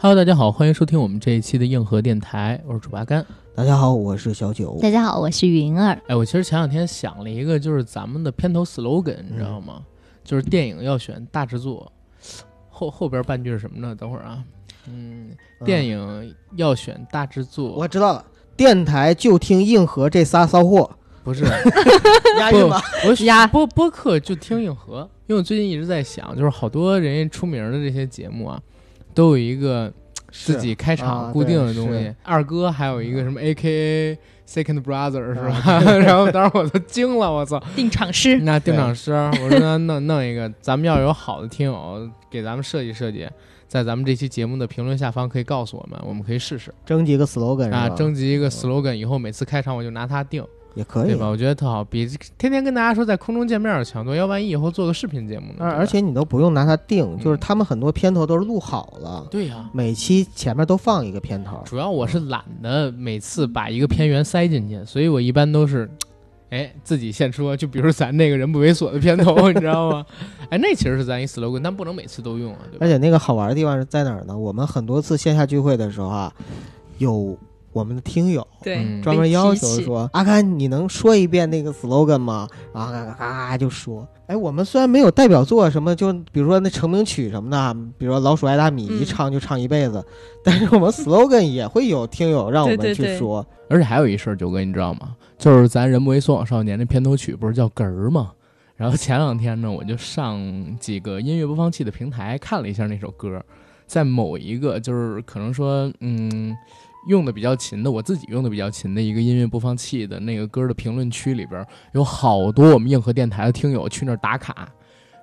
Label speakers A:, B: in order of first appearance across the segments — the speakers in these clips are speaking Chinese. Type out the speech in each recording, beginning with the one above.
A: Hello，大家好，欢迎收听我们这一期的硬核电台，我是主八竿。
B: 大家好，我是小九。
C: 大家好，我是云儿。
A: 哎，我其实前两天想了一个，就是咱们的片头 slogan，你知道吗？就是电影要选大制作，后后边半句是什么呢？等会儿啊，嗯，电
B: 影、
A: 影要选大制作，
B: 我知道了，电台就听硬核这仨骚货，
A: 不是
B: 押
A: 不
B: 韵吧？，
A: 我选播播客就听硬核，因为我最近一直在想，就是好多人家出名的这些节目啊，都有一个自己开场
B: 啊
A: 固定的
B: 对
A: 东西。
B: 是
A: 二哥还有一个什么 A K A Second Brother 是吧？
B: 啊
A: 然后当时我都惊了，我操！
C: 定场诗，
A: 哎那定场诗，我说那弄弄一个，咱们要有好的听友给咱们设计设计，在咱们这期节目的评论下方可以告诉我们，我们可以试试
B: 征集个 slogan 是吧？
A: 啊，征集一个 slogan，以后每次开场我就拿它定。
B: 也可以
A: 对吧？。我觉得特好，比天天跟大家说在空中见面儿强多。要万一以后做个视频节目呢？对
B: 而
A: 吧
B: 而且你都不用拿它定，
A: 嗯
B: 就是他们很多片头都是录好了，
A: 对呀、
B: 每期前面都放一个片头。
A: 主要我是懒得每次把一个片源塞进去，所以我一般都是，哎，自己现说。就比如咱那个人不猥琐的片头， 你知道吗？哎，那其实是咱一 slogan，但不能每次都用啊，对吧
B: 而？且那个好玩的地方是在哪儿呢？我们很多次线下聚会的时候啊，有我们的听友
C: 对
A: 嗯
B: 专门要求
C: 被提起
B: 说：“阿甘，你能说一遍那个 slogan 吗？”然后啊啊啊就说：“哎，我们虽然没有代表作什么，就比如说那成名曲什么的，啊比如说《老鼠爱大米》，
C: 嗯
B: 一唱就唱一辈子，但是我们 slogan 也会有听友让我们
C: 对对
B: 去
C: 对
B: 说。
A: 而且还有一事儿，九哥你知道吗？就是咱《人不为所往少年》那片头曲不是叫《哏儿》吗？然后前两天呢，我就上几个音乐播放器的平台看了一下那首歌，在某一个就是可能说嗯用的比较勤的，我自己用的比较勤的一个音乐播放器的那个歌的评论区里边，有好多我们硬核电台的听友去那儿打卡，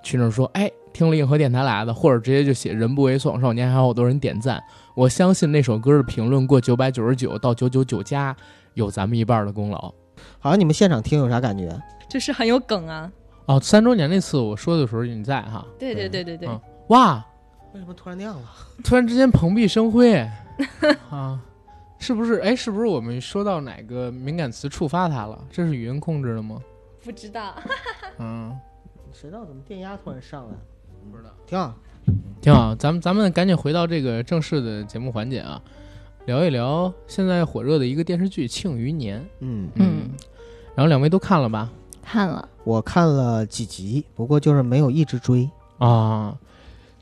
A: 去那儿说哎听了硬核电台来的，或者直接就写“人不为所往少年”，还有好多人点赞。我相信那首歌的评论过九百九十九到九九九加，有咱们一半的功劳。
B: 好像你们现场听有啥感觉？
D: 就是很有梗啊。
A: 哦，三周年那次我说的时候你在哈，
D: 对
B: 对
D: 对对对对，
A: 嗯哇，
B: 为什么突然那样了？
A: 突然之间蓬荜生 辉啊！是不是？哎，是不是我们说到哪个敏感词触发它了？这是语音控制的吗？
D: 不知道，
A: 嗯，
B: 谁知道怎么电压突然上来？
A: 不知道。
B: 挺好。
A: 挺好，咱们咱们赶紧回到这个正式的节目环节啊，聊一聊现在火热的一个电视剧《庆余年》。
B: 嗯，
C: 嗯，
A: 然后两位都看了吧？
C: 看了，
B: 我看了几集，不过就是没有一直追。
A: 啊，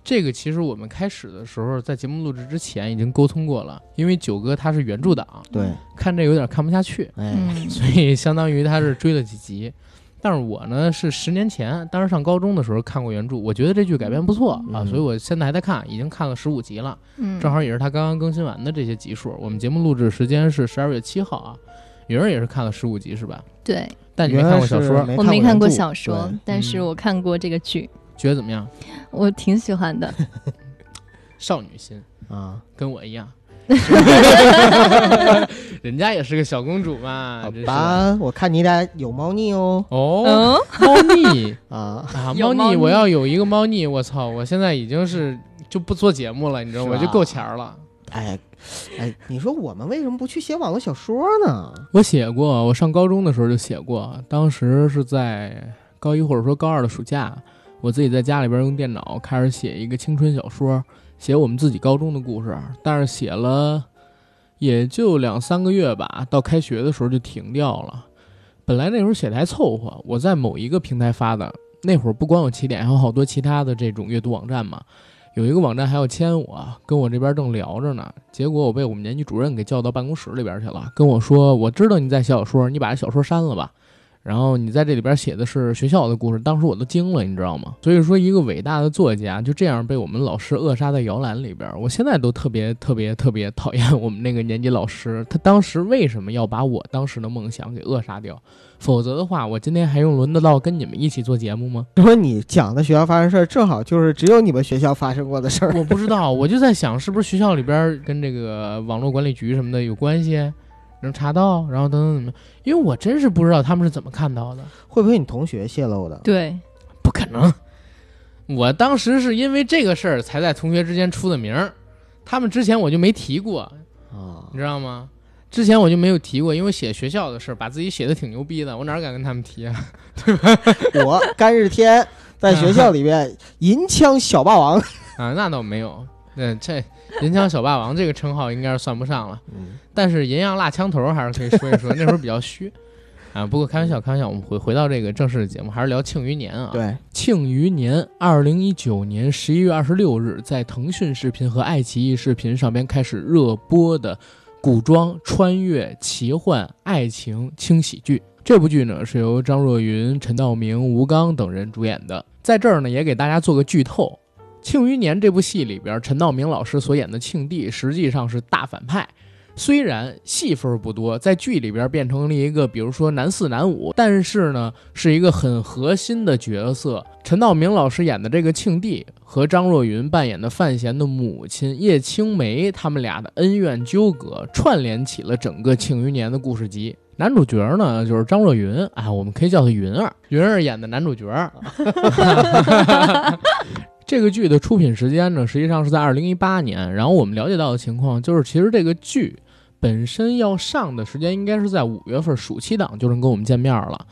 A: 这个其实我们开始的时候在节目录制之前已经沟通过了，因为九哥他是原著党，
B: 对，
A: 看这有点看不下去，
B: 哎，
C: 嗯，
A: 所以相当于他是追了几集。但是我呢是十年前，当时上高中的时候看过原著，我觉得这剧改编不错啊，
B: 嗯
A: 所以我现在还在看，已经看了十五集了，
C: 嗯，
A: 正好也是他刚刚更新完的这些集数。我们节目录制时间是十二月七号啊，云儿也是看了十五集是吧？
C: 对
A: 但你没
B: 原来
A: 看过小说
B: 是，没
C: 我没看
B: 原
C: 过
B: 著
C: 小说
B: 对，
C: 但是我看过这个剧，
A: 觉得怎么样？
C: 我挺喜欢的。
A: 少女心。
B: 啊，
A: 跟我一 样，人家也是个小公主嘛，
B: 好
A: 真啊是的。
B: 吧，我看你俩有猫腻哦
A: 哦，
C: 嗯，
A: 猫腻
B: 啊，
A: 啊，
D: 有猫腻
A: 腻！我要有一个猫腻，我操！我现在已经是就不做节目了，你知道吗，我
B: 是吧
A: 就够钱儿了。
B: 哎，哎，你说我们为什么不去写网络小说呢？
A: 我写过，我上高中的时候就写过，当时是在高一或者说高二的暑假，我自己在家里边用电脑开始写一个青春小说，写我们自己高中的故事，但是写了也就两三个月吧，到开学的时候就停掉了。本来那时候写的还凑合，我在某一个平台发的，那会儿不光有起点，还有好多其他的这种阅读网站嘛。有一个网站还要签我，跟我这边正聊着呢，结果我被我们年级主任给叫到办公室里边去了，跟我说：“我知道你在写小说，你把这小说删了吧。”然后你在这里边写的是学校的故事，当时我都惊了，你知道吗？所以说，一个伟大的作家就这样被我们老师扼杀在摇篮里边，我现在都特别特别特别讨厌我们那个年级老师，他当时为什么要把我当时的梦想给扼杀掉？否则的话，我今天还用轮得到跟你们一起做节目吗？
B: 说你讲的学校发生事儿，正好就是只有你们学校发生过的事儿。
A: 我不知道，我就在想，是不是学校里边儿跟这个网络管理局什么的有关系，能查到，然后等等怎么？因为我真是不知道他们是怎么看到的，
B: 会不会你同学泄露的？
C: 对，
A: 不可能。 我当时是因为这个事儿才在同学之间出的名儿，他们之前我就没提过，
B: 啊
A: 你，知道吗？之前我就没有提过，因为写学校的事儿，把自己写的挺牛逼的，我哪敢跟他们提啊？
B: 我甘日天在学校里面银枪小霸王，
A: 啊，那倒没有。那这“银枪小霸王”这个称号应该是算不上了，
B: 嗯，
A: 但是“银样辣枪头”还是可以说一说，那时候比较虚啊。不过开玩笑，开玩笑，我们回回到这个正式的节目，还是聊《庆余年》啊。
B: 对，
A: 庆余年，二零一九年十一月二十六日，在腾讯视频和爱奇艺视频上边开始热播的古装穿越奇幻爱情轻喜剧。这部剧呢是由张若昀、陈道明、吴刚等人主演的。在这儿呢，也给大家做个剧透，《庆余年》这部戏里边，陈道明老师所演的庆帝实际上是大反派。虽然戏份不多，在剧里边变成了一个，比如说男四男五，但是呢，是一个很核心的角色。陈道明老师演的这个庆帝和张若昀扮演的范闲的母亲叶青梅，他们俩的恩怨纠葛串联起了整个《庆余年》的故事集。男主角呢，就是张若昀，哎，我们可以叫他云儿， 云儿演的男主角。这个剧的出品时间呢，实际上是在二零一八年。然后我们了解到的情况就是，其实这个剧本身要上的时间应该是在五月份暑期档就能跟我们见面了，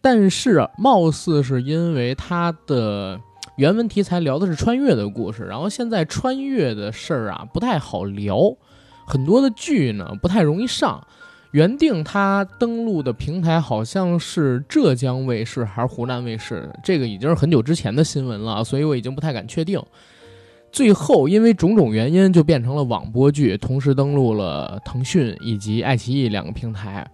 A: 但是貌似是因为它的原文题材聊的是穿越的故事，然后现在穿越的事儿啊不太好聊，很多的剧呢不太容易上。原定它登陆的平台好像是浙江卫视还是湖南卫视，这个已经是很久之前的新闻了，所以我已经不太敢确定。最后因为种种原因，就变成了网播剧，同时登陆了腾讯以及爱奇艺两个平台。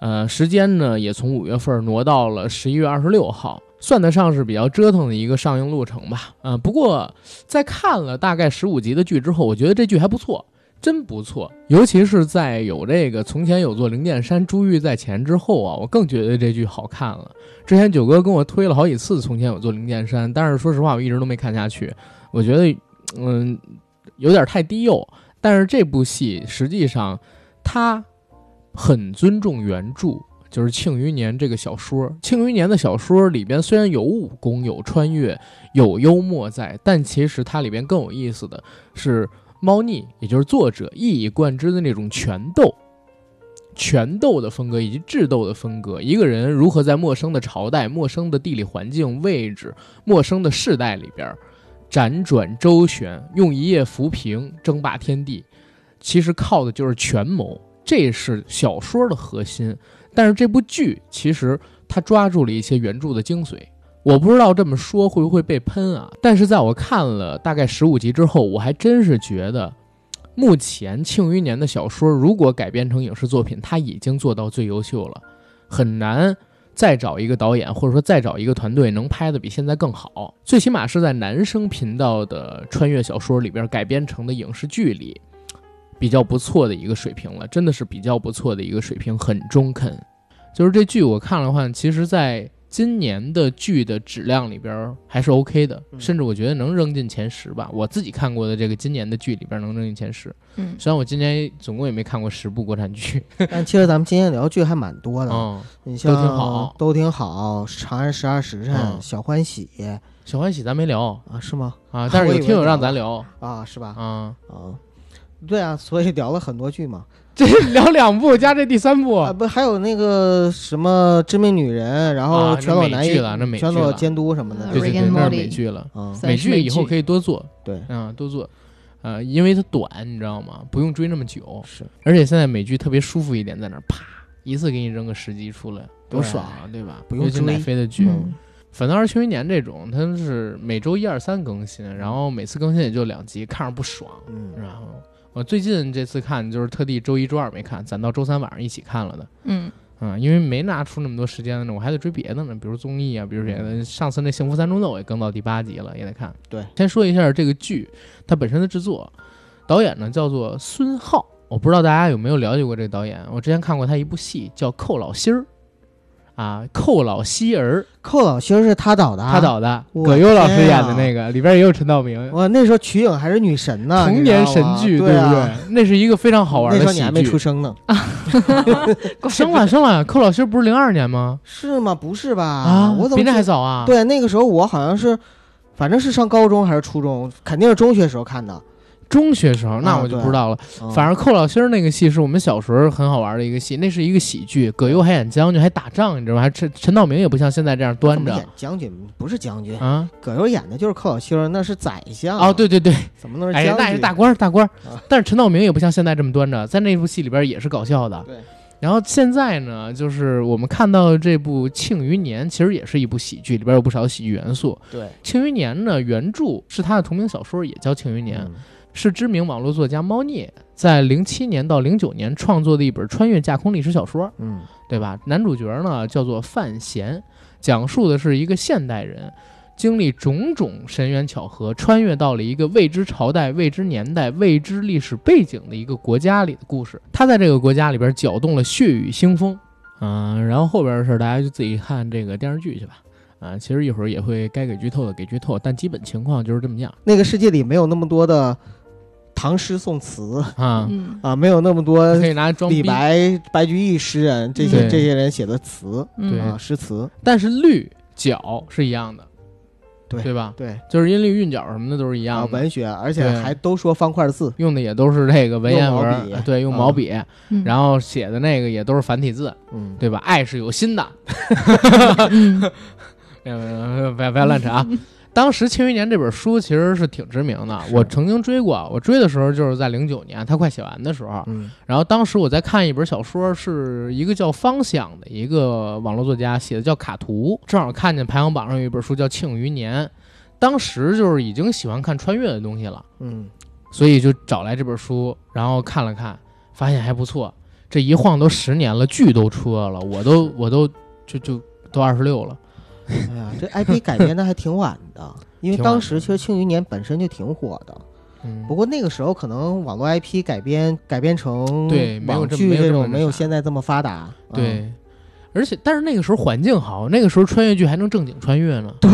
A: 呃，时间呢也从五月份挪到了十一月二十六号，算得上是比较折腾的一个上映路程吧。啊、不过在看了大概十五集的剧之后，我觉得这剧还不错，真不错。尤其是在有这个“从前有座灵剑山，珠玉在前”之后啊，我更觉得这剧好看了。之前九哥跟我推了好几次“从前有座灵剑山”，但是说实话，我一直都没看下去。我觉得，嗯，有点太低幼。但是这部戏实际上，它很尊重原著，就是《庆余年》这个小说。《庆余年》的小说里边虽然有武功、有穿越、有幽默在，但其实它里边更有意思的是猫腻，也就是作者一以贯之的那种权斗。权斗的风格以及智斗的风格，一个人如何在陌生的朝代、陌生的地理环境、位置、陌生的世代里边，辗转周旋，用一夜扶贫争霸天地，其实靠的就是权谋，这是小说的核心。但是这部剧其实它抓住了一些原著的精髓。我不知道这么说会不会被喷啊，但是在我看了大概十五集之后，我还真是觉得，目前《庆余年》的小说如果改编成影视作品，它已经做到最优秀了，很难再找一个导演，或者说再找一个团队能拍的比现在更好，最起码是在男生频道的穿越小说里边改编成的影视剧里，比较不错的一个水平了，真的是比较不错的一个水平，很中肯。就是这剧我看了看，其实在今年的剧的质量里边还是 OK 的，
B: 嗯
A: 甚至我觉得能扔进前十吧。我自己看过的这个今年的剧里边能扔进前十，
C: 嗯，
A: 虽然我今年总共也没看过十部国产剧，
B: 但其实咱们今天聊剧还蛮多的，
A: 嗯，
B: 你
A: 都
B: 像
A: 挺好
B: 都挺好，《长安十二时辰》
A: 嗯
B: 小欢喜》
A: 小欢喜咱没聊
B: 啊，是吗？
A: 啊，但是有听友让咱聊
B: 啊，是吧？
A: 啊，
B: 啊，对啊，所以聊了很多剧嘛。
A: 这 聊两部加这第三部
B: 啊，不，还有那个什么《致命女人》，然后
A: 啊
B: 《全裸男
A: 那美剧
B: 演
A: 了那》美
B: 全
A: 剧
B: 裸
A: 了
B: 监督》什么的。
C: 啊
A: 对对
C: Rick
A: 对
C: and，
A: 那是
C: Morty
A: 美剧了，
B: 嗯，
C: 算
A: 美
C: 是
A: 剧以后可
C: 以
A: 以多做，
B: 对，
A: 嗯，多做，呃，因为它短，你知道吗？不用追那么久，
B: 是
A: 而且现在美剧特别舒服一点，在那儿啪一次给你扔个十集出来，多
B: 对
A: 爽啊，对吧？
B: 不用
A: 尤其奈
B: 追
A: 飞的剧，
C: 嗯，
A: 反倒是《庆余年》这种，它是每周一二三更新，然后每次更新也就两集，看着不爽。
B: 嗯，
A: 然后我最近这次看就是特地周一周二没看，攒到周三晚上一起看了的。
C: 嗯，
A: 嗯，因为没拿出那么多时间呢，我还得追别的呢，比如综艺啊，比如
B: 嗯
A: 别的。上次那《幸福三重奏》也更到第八集了，也得看。
B: 对，
A: 先说一下这个剧它本身的制作，导演呢叫做孙浩，我不知道大家有没有了解过这个导演。我之前看过他一部戏叫《寇老心儿》，啊，寇老希儿
B: 寇老心儿是他导的，
A: 他。导的，
B: 啊我
A: 葛优老师演的
B: 天啊
A: 那个，里边也有陈道明。
B: 我那时候瞿颖还是女神呢，
A: 童
B: 你知
A: 年
B: 道
A: 神
B: 吗
A: 剧，
B: 对
A: 不
B: 啊
A: 对？？那是一个非常好玩
B: 那时
A: 的
B: 候你还
A: 喜
B: 没出
A: 剧。
B: 生呢，
A: 生了生了，寇老心儿不是零二年吗？
B: 是吗？不是吧？
A: 啊，
B: 我怎
A: 比
B: 么
A: 那还
B: 记
A: 早啊？
B: 对，那个时候我好像是，反正是上高中还是初中，肯定是中学时候看的。
A: 中学时候那
B: 啊
A: 我就
B: 对
A: 不知道了。
B: 嗯
A: 反正寇老心儿那个戏是我们小时候很好玩的一个戏，那是一个喜剧，葛优还演将军，还打仗，你知道吗？还陈陈道明也不像现在这样
B: 怎
A: 端
B: 么
A: 着
B: 演将军不是将军，
A: 啊。
B: 葛优演的就是寇小星儿，那是宰相
A: 哦，，对对对，
B: 怎嗯么能是
A: 哎
B: 将
A: 呀
B: 军？，
A: 那也是大官儿大官儿
B: 啊。
A: 但是陈道明也不像现在这么端着，在那部戏里边也是搞笑的。
B: 对。
A: 然后现在呢，就是我们看到这部《庆余年》，其实也是一部喜剧，里边有不少喜剧元素。
B: 对，
A: 《庆余年》呢，原著是他的同名小说，也叫《庆余年》，
B: 嗯
A: 是知名网络作家猫腻在零七年到零九年创作的一本穿越架空历史小说，
B: 嗯
A: 对吧？男主角呢叫做范闲，讲述的是一个现代人。经历种种神缘巧合，穿越到了一个未知朝代、未知年代、未知历史背景的一个国家里的故事。他在这个国家里边搅动了血雨腥风，嗯、然后后边的事儿大家就自己看这个电视剧去吧。啊、其实一会儿也会该给剧透的给剧透，但基本情况就是这么样
B: 那个世界里没有那么多的唐诗宋词
A: 啊。
C: 嗯
B: 啊，没有那么多
A: 可以拿来装逼
B: 李，白、白居易诗人这些
A: 对
B: 这些人写的词
A: 对
C: 嗯，
B: 啊，诗词。
A: 但是律角是一样的，
B: 对
A: 对吧？
B: 对
A: 就是音律、韵脚什么的都是一样
B: 啊，
A: 的，
B: 文学，而且
A: 对
B: 还都说方块字。
A: 用的也都是这个文言文
B: 用毛笔
A: 儿，对，用毛笔，
C: 嗯
A: 然后写的那个也都是繁体字，
B: 嗯，
A: 对吧？爱是有心的，
C: 嗯
A: 呃不要不要乱扯啊！当时《庆余年》这本书其实是挺知名的，我曾经追过，我追的时候就是在零九年，它快写完的时候。
B: 嗯
A: 然后当时我在看一本小说，是一个叫方想的一个网络作家写的，叫《卡图》，正好看见排行榜上有一本书叫《庆余年》，当时就是已经喜欢看穿越的东西了。
B: 嗯，
A: 所以就找来这本书，然后看了看，发现还不错。这一晃都十年了，剧都出来了，我都我都就就都二十六了。
B: 哎呀，这 IP 改编的还挺晚 的，因为
A: 挺晚
B: 当
A: 的
B: 时其实《庆余年》本身就挺火的，
A: 嗯
B: 不，过那个时候可能网络 IP 改编改编成
A: 对没有
B: 网
A: 这么
B: 剧
A: 没有这么
B: 种
A: 那
B: 没有
A: 啥
B: 现在这么发达。嗯
A: 对。而且，但是那个时候环境好，那个时候穿越剧还能正经穿越呢，对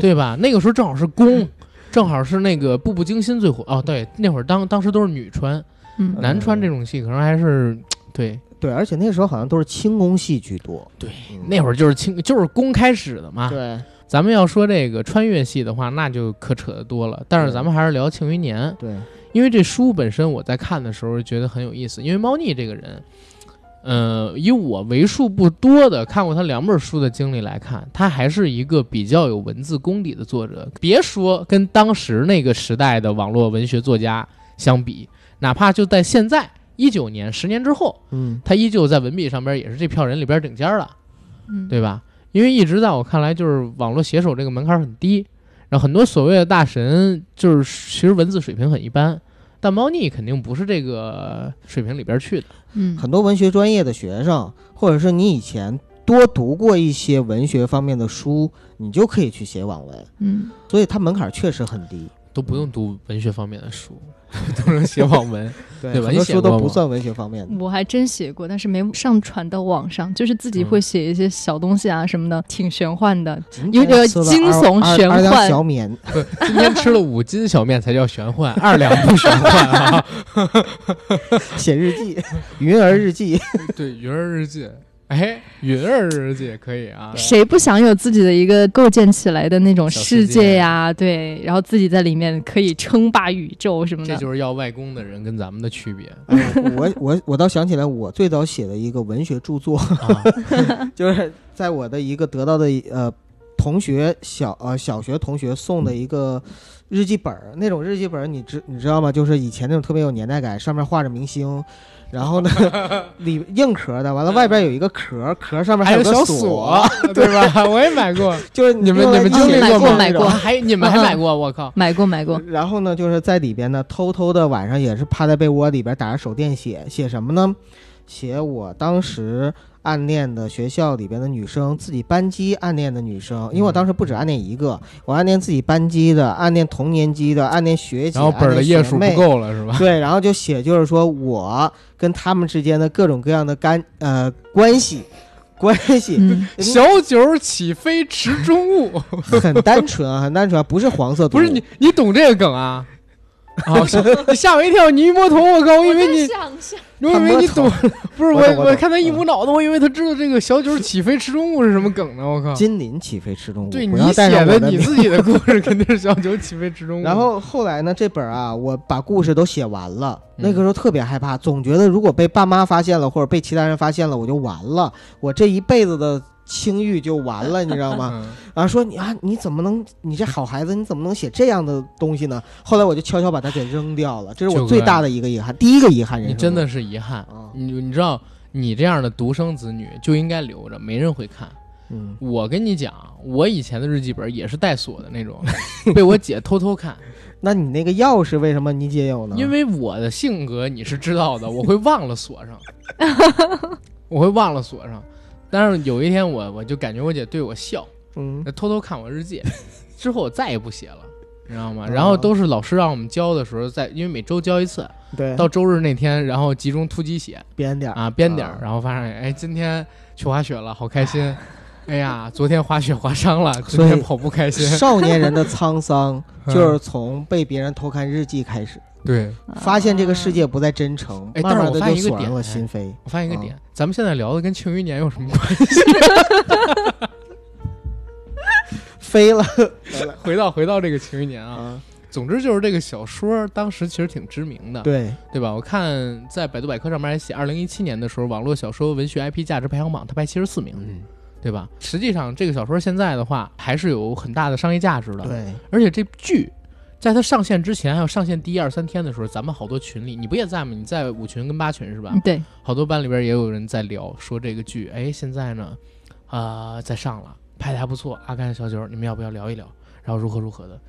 A: 对 吧？那个时候正好是
B: 嗯
A: 宫，正好是那个《步步惊心》最火哦。对，那会儿当当时都是女穿，
C: 嗯
A: 男穿这种戏可能还是对
B: 对，而且那时候好像都是轻功戏居多。
A: 对
B: 嗯，
A: 那会儿就是清就是宫开始的嘛。
B: 对
A: 咱们要说这个穿越戏的话，那就可扯得多了。但是
B: 对
A: 咱们还是聊《庆余年》，
B: 对，
A: 因为这书本身我在看的时候觉得很有意思，因为猫腻这个人，呃，以我为数不多的看过他两本书的经历来看，他还是一个比较有文字功底的作者。别说跟当时那个时代的网络文学作家相比，哪怕就在现在一九年、十年之后，
B: 嗯
A: 他依旧在文笔上边也是这票人里边顶尖儿了。
C: 嗯
A: 对吧？因为一直在我看来，就是网络写手这个门槛很低，然后很多所谓的大神，就是其实文字水平很一般，但猫腻肯定不是这个水平里边去的。
C: 嗯
B: 很多文学专业的学生，或者是你以前多读过一些文学方面的书，你就可以去写网文，
C: 嗯
B: 所以它门槛确实很低，
A: 都不用读文学方面的 书，都能写网文。
B: 对
A: 对吧
B: 很
A: 你
B: 多
A: 写
B: 书
A: 过
B: 都不
A: 吗
B: 算文学方面的。
C: 我还真写过，但是没上传到网上，就是自己会写一些小东西啊什么的，挺玄幻的。嗯有点
B: 今天吃了
C: 惊
B: 二
C: 悚
B: 二
C: 玄
B: 二两
C: 幻
B: 小 棉，
A: 今天吃了五斤小面才叫玄幻，二两不玄幻啊。
B: 写日记，云儿日 记，
A: 对，云儿日记，哎，云儿日记可以啊。
C: 谁不想有自己的一个构建起来的那种
A: 小世
C: 世
A: 界
C: 界呀、对，然后自己在里面可以称霸宇宙什么
A: 这
C: 的。
A: 就是要外公的啊人跟咱们的区 别
B: 哎我我我倒想起来，我最早写的一个文学著作，
A: 啊！
B: 就是在我的一个得到的一呃同学小呃小学同学送的一个日记本儿，那种日记本儿你知你知道吗？就是以前那种特别有年代感，上面画着明星，然后 呢里硬壳的，完了外边有一个壳，壳上面
A: 还
B: 有
A: 有
B: 个
A: 小
B: 锁，
A: 锁，对吧？我也买 过。
B: 就是
A: 你们
B: 用来
A: 你们
B: 用
A: 经历
B: 来
A: 过吗？
B: 用那
C: 买
B: 种
C: 过
A: 啊还你们还买过？我靠！
C: 买过 买过，
B: 呃然后呢，就是在里边呢，偷偷的晚上也是趴在被窝里边打着手电写写什么呢？写我当时暗恋的学校里边的女生，自己班级暗恋的女生，因为我当时不止暗恋一个，
A: 嗯
B: 我暗恋自己班级的，暗恋同年级的，暗恋学姐，
A: 然后本儿的页数
B: 暗恋
A: 不
B: 学妹。
A: 够了是吧？
B: 对，然后就写就是说我跟他们之间的各种各样的干呃关系，关系。
C: 嗯，
A: 小九起飞池中物，
B: 很单纯啊，很单纯啊，不是黄色毒
A: 不
B: 物，
A: 是你，哦你懂这个梗啊？啊！你吓我一跳！你一摸头，我靠！我以为
D: 真
A: 你
D: 想象
A: 我以为你懂，不是
B: 我
A: 我
B: 懂我懂
A: 看他一捂脑子，我以为他知道这个小九起飞吃中物是什么梗呢，我靠！
B: 金鳞起飞吃中午，
A: 对
B: 不
A: 你
B: 要带
A: 写
B: 上我
A: 你
B: 名
A: 自己的故事肯定是小九起飞吃中物，
B: 然后后来呢，这本儿啊，我把故事都写完了。那
A: 嗯
B: 个时候特别害怕，总觉得如果被爸妈发现了，或者被其他人发现了，我就完了，我这一辈子的清誉就完 了，你知道吗？
A: 嗯
B: 啊，说你啊，你怎么能，你这好孩子，你怎么能写这样的东西呢？后来我就悄悄把它给扔掉了，这是我
A: 九
B: 最
A: 哥
B: 大的一个遗憾，第一个遗憾人
A: 你
B: 生
A: 真
B: 中
A: 的是遗憾，
B: 啊，
A: 你你知道你这样的独生子女就应该留着，没人会看。
B: 嗯，
A: 我跟你讲，我以前的日记本也是带锁的那 种，被我姐偷偷看，
B: 那你那个钥匙为什么你姐有呢？
A: 因为我的性格你是知道的，我会忘了锁 上，我会忘了锁上。但是有一天我我就感觉我姐对我笑，
B: 嗯
A: 偷偷看我日 记，之后我再也不写了，你知道吗？
B: 哦
A: 然后都是老师让我们交的时候在，因为每周交一次，
B: 对
A: 到周日那天，然后集中突击写
B: 编点儿
A: 啊，编点儿
B: 嗯啊，
A: 然后发现哎，今天去滑雪了，好开心。 哎呀，昨天滑雪划伤了，今
B: 所
A: 天
B: 以
A: 跑步开 心。
B: 少年人的沧桑
A: 嗯
B: 嗯就是从被别人偷看日记开始，
A: 对，
B: 发现这个世界不再真诚，
A: 哎但
B: 慢
A: 是
B: 慢
A: 我
B: 的
A: 发现
B: 就
A: 一个
B: 锁
A: 点
B: 上了心扉。
A: 我发现一个
B: 啊
A: 点，咱们现在聊的跟庆余年有什么 关系？
B: 飞了
A: 回到回到这个庆余年啊，
B: 啊！
A: 总之就是这个小说当时其实挺知名的，
B: 对，
A: 对吧？我看在百度百科上面还写，二零一七年的时候，网络小说文学 IP 价值排行榜它排七十四名，
B: 嗯，
A: 对吧？实际上这个小说现在的话还是有很大的商业价值的，。
B: 对，
A: 而且这剧在它上线之前，还有上线第一二三天的时候，咱们好多群里，你不也在吗？你在五群跟八群是吧？
C: 啊对，？
A: 好多班里边也有人在聊，说这个剧，哎，现在呢，啊，在上了，拍的还不错，《阿甘小九》，你们要不要聊一聊？然后如何如何的？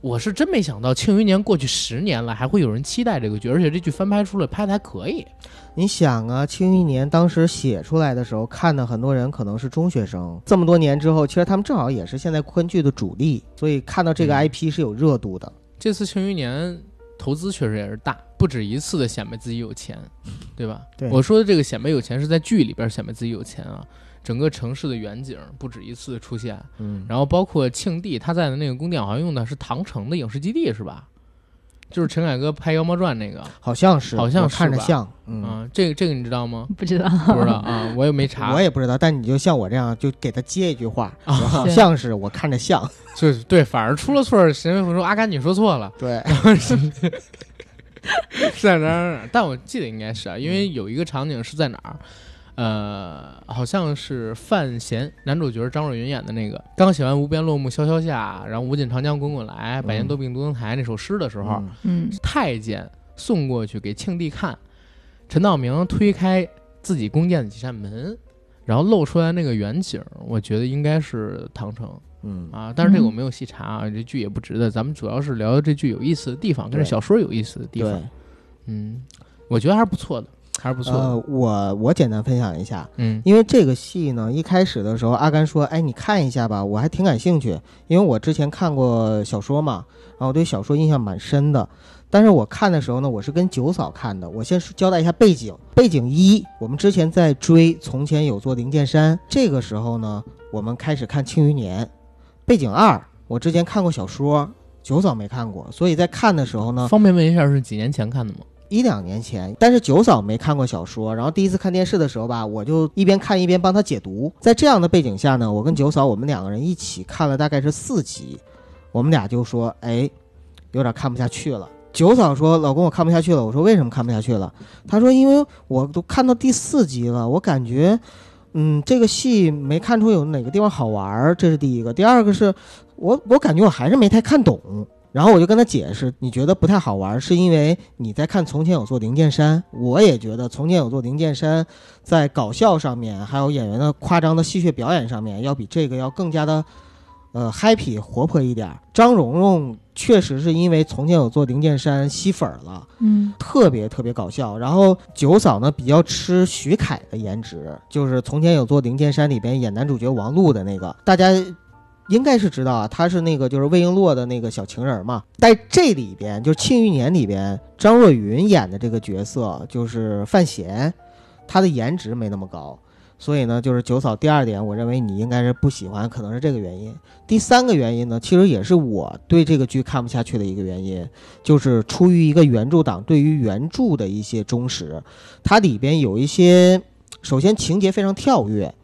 A: 我是真没想到，《庆余年》过去十年了，还会有人期待这个剧，而且这剧翻拍出来拍的还可以。
B: 你想啊，《庆余年》当时写出来的时候，看的很多人可能是中学生，这么多年之后，其实他们正好也是现在昆剧的主力，所以看到这个
A: 嗯
B: IP 是有热度的。
A: 这次《庆余年》投资确实也是大，不止一次的显摆自己有钱，对吧？
B: 对
A: 我说的这个显摆有钱是在剧里边显摆自己有钱啊，整个城市的远景不止一次的出现，
B: 嗯，
A: 然后包括庆帝他在的那个宫殿，好像用的是唐城的影视基地，是吧？就是陈凯歌拍《妖猫传》那个，
B: 好像是，
A: 好像
B: 我
A: 是
B: 看着
A: 吧
B: 像，
A: 嗯，
B: 嗯，
A: 这个这个你知道吗
C: 不知道，
A: 不知道啊，我也没查
B: 我。也不知道，但你就像我这样，就给他接一 句话，
A: 啊
B: 我好像是，我看着像，
A: 就是对，反而出了错儿，谁会说阿甘你说错了？
B: 对，
A: 是在哪儿哪儿哪儿？但我记得应该是啊，因
B: 嗯
A: 为有一个场景是在哪儿，呃，好像是范闲男主角张若昀演的那个，刚写完《无边落木萧萧下》，然后“无尽长江滚滚来，百年
B: 嗯
A: 多病独登台”那首诗的时候，
B: 嗯
C: 嗯，
A: 太监送过去给庆帝看，陈道明推开自己宫殿的几扇门，然后露出来那个远景，我觉得应该是唐城。
B: 嗯
A: 啊，但是这个我
C: 嗯
A: 没有细查啊，这剧也不值得。咱们主要是聊聊这剧有意思的地方，跟这
B: 对
A: 小说有意思的地
B: 对
A: 方。。嗯，我觉得还是不错的，还是不错的。
B: 呃，我我简单分享一下，
A: 嗯
B: 因为这个戏呢，一开始的时候，阿甘说：“哎，你看一下吧，我还挺感兴趣，因为我之前看过小说嘛，然后我对小说印象蛮深的。但是我看的时候呢，我是跟九嫂看的。我先说交代一下背景，背景一，我们之前在追《从前有座灵剑山》，这个时候呢，我们开始看《庆余年》。背景二，我之前看过小说，九嫂没看过，所以在看的时候呢，
A: 方便问一下是几年前看的吗？
B: 一两年前，但是九嫂没看过小说，然后第一次看电视的时候吧，我就一边看一边帮她解读。在这样的背景下呢，我跟九嫂我们两个人一起看了大概是四集，我们俩就说，哎，有点看不下去了。九嫂说：“老公，我看不下去了。”我说：“为什么看不下去了？”她说：“因为我都看到第四集了，我感觉，嗯，这个戏没看出有哪个地方好玩儿，这是第一个。第二个是我，我感觉我还是没太看懂。”然后我就跟他解释，你觉得不太好玩，是因为你在看《从前有座灵剑山》，我也觉得《从前有座灵剑山》在搞笑上面，还有演员的夸张的戏谑表演上面，要比这个要更加的，呃，happy 活泼一点儿。张蓉蓉确实是因为《从前有座灵剑山》吸粉儿了，
C: 嗯，
B: 特别特别搞笑。然后九嫂呢比较吃徐凯的颜值，就是从前有座灵剑山里边演男主角王璐的那个，大家。应该是知道啊，他是那个就是魏璎珞的那个小情人嘛，在这里边就是《庆余年》里边，张若昀演的这个角色就是范闲，他的颜值没那么高，所以呢，就是九嫂第二点，我认为你应该是不喜欢，可能是这个原因。第三个原因呢，其实也是我对这个剧看不下去的一个原因，就是出于一个原著党对于原著的一些忠实，它里边有一些，首先情节非常跳跃。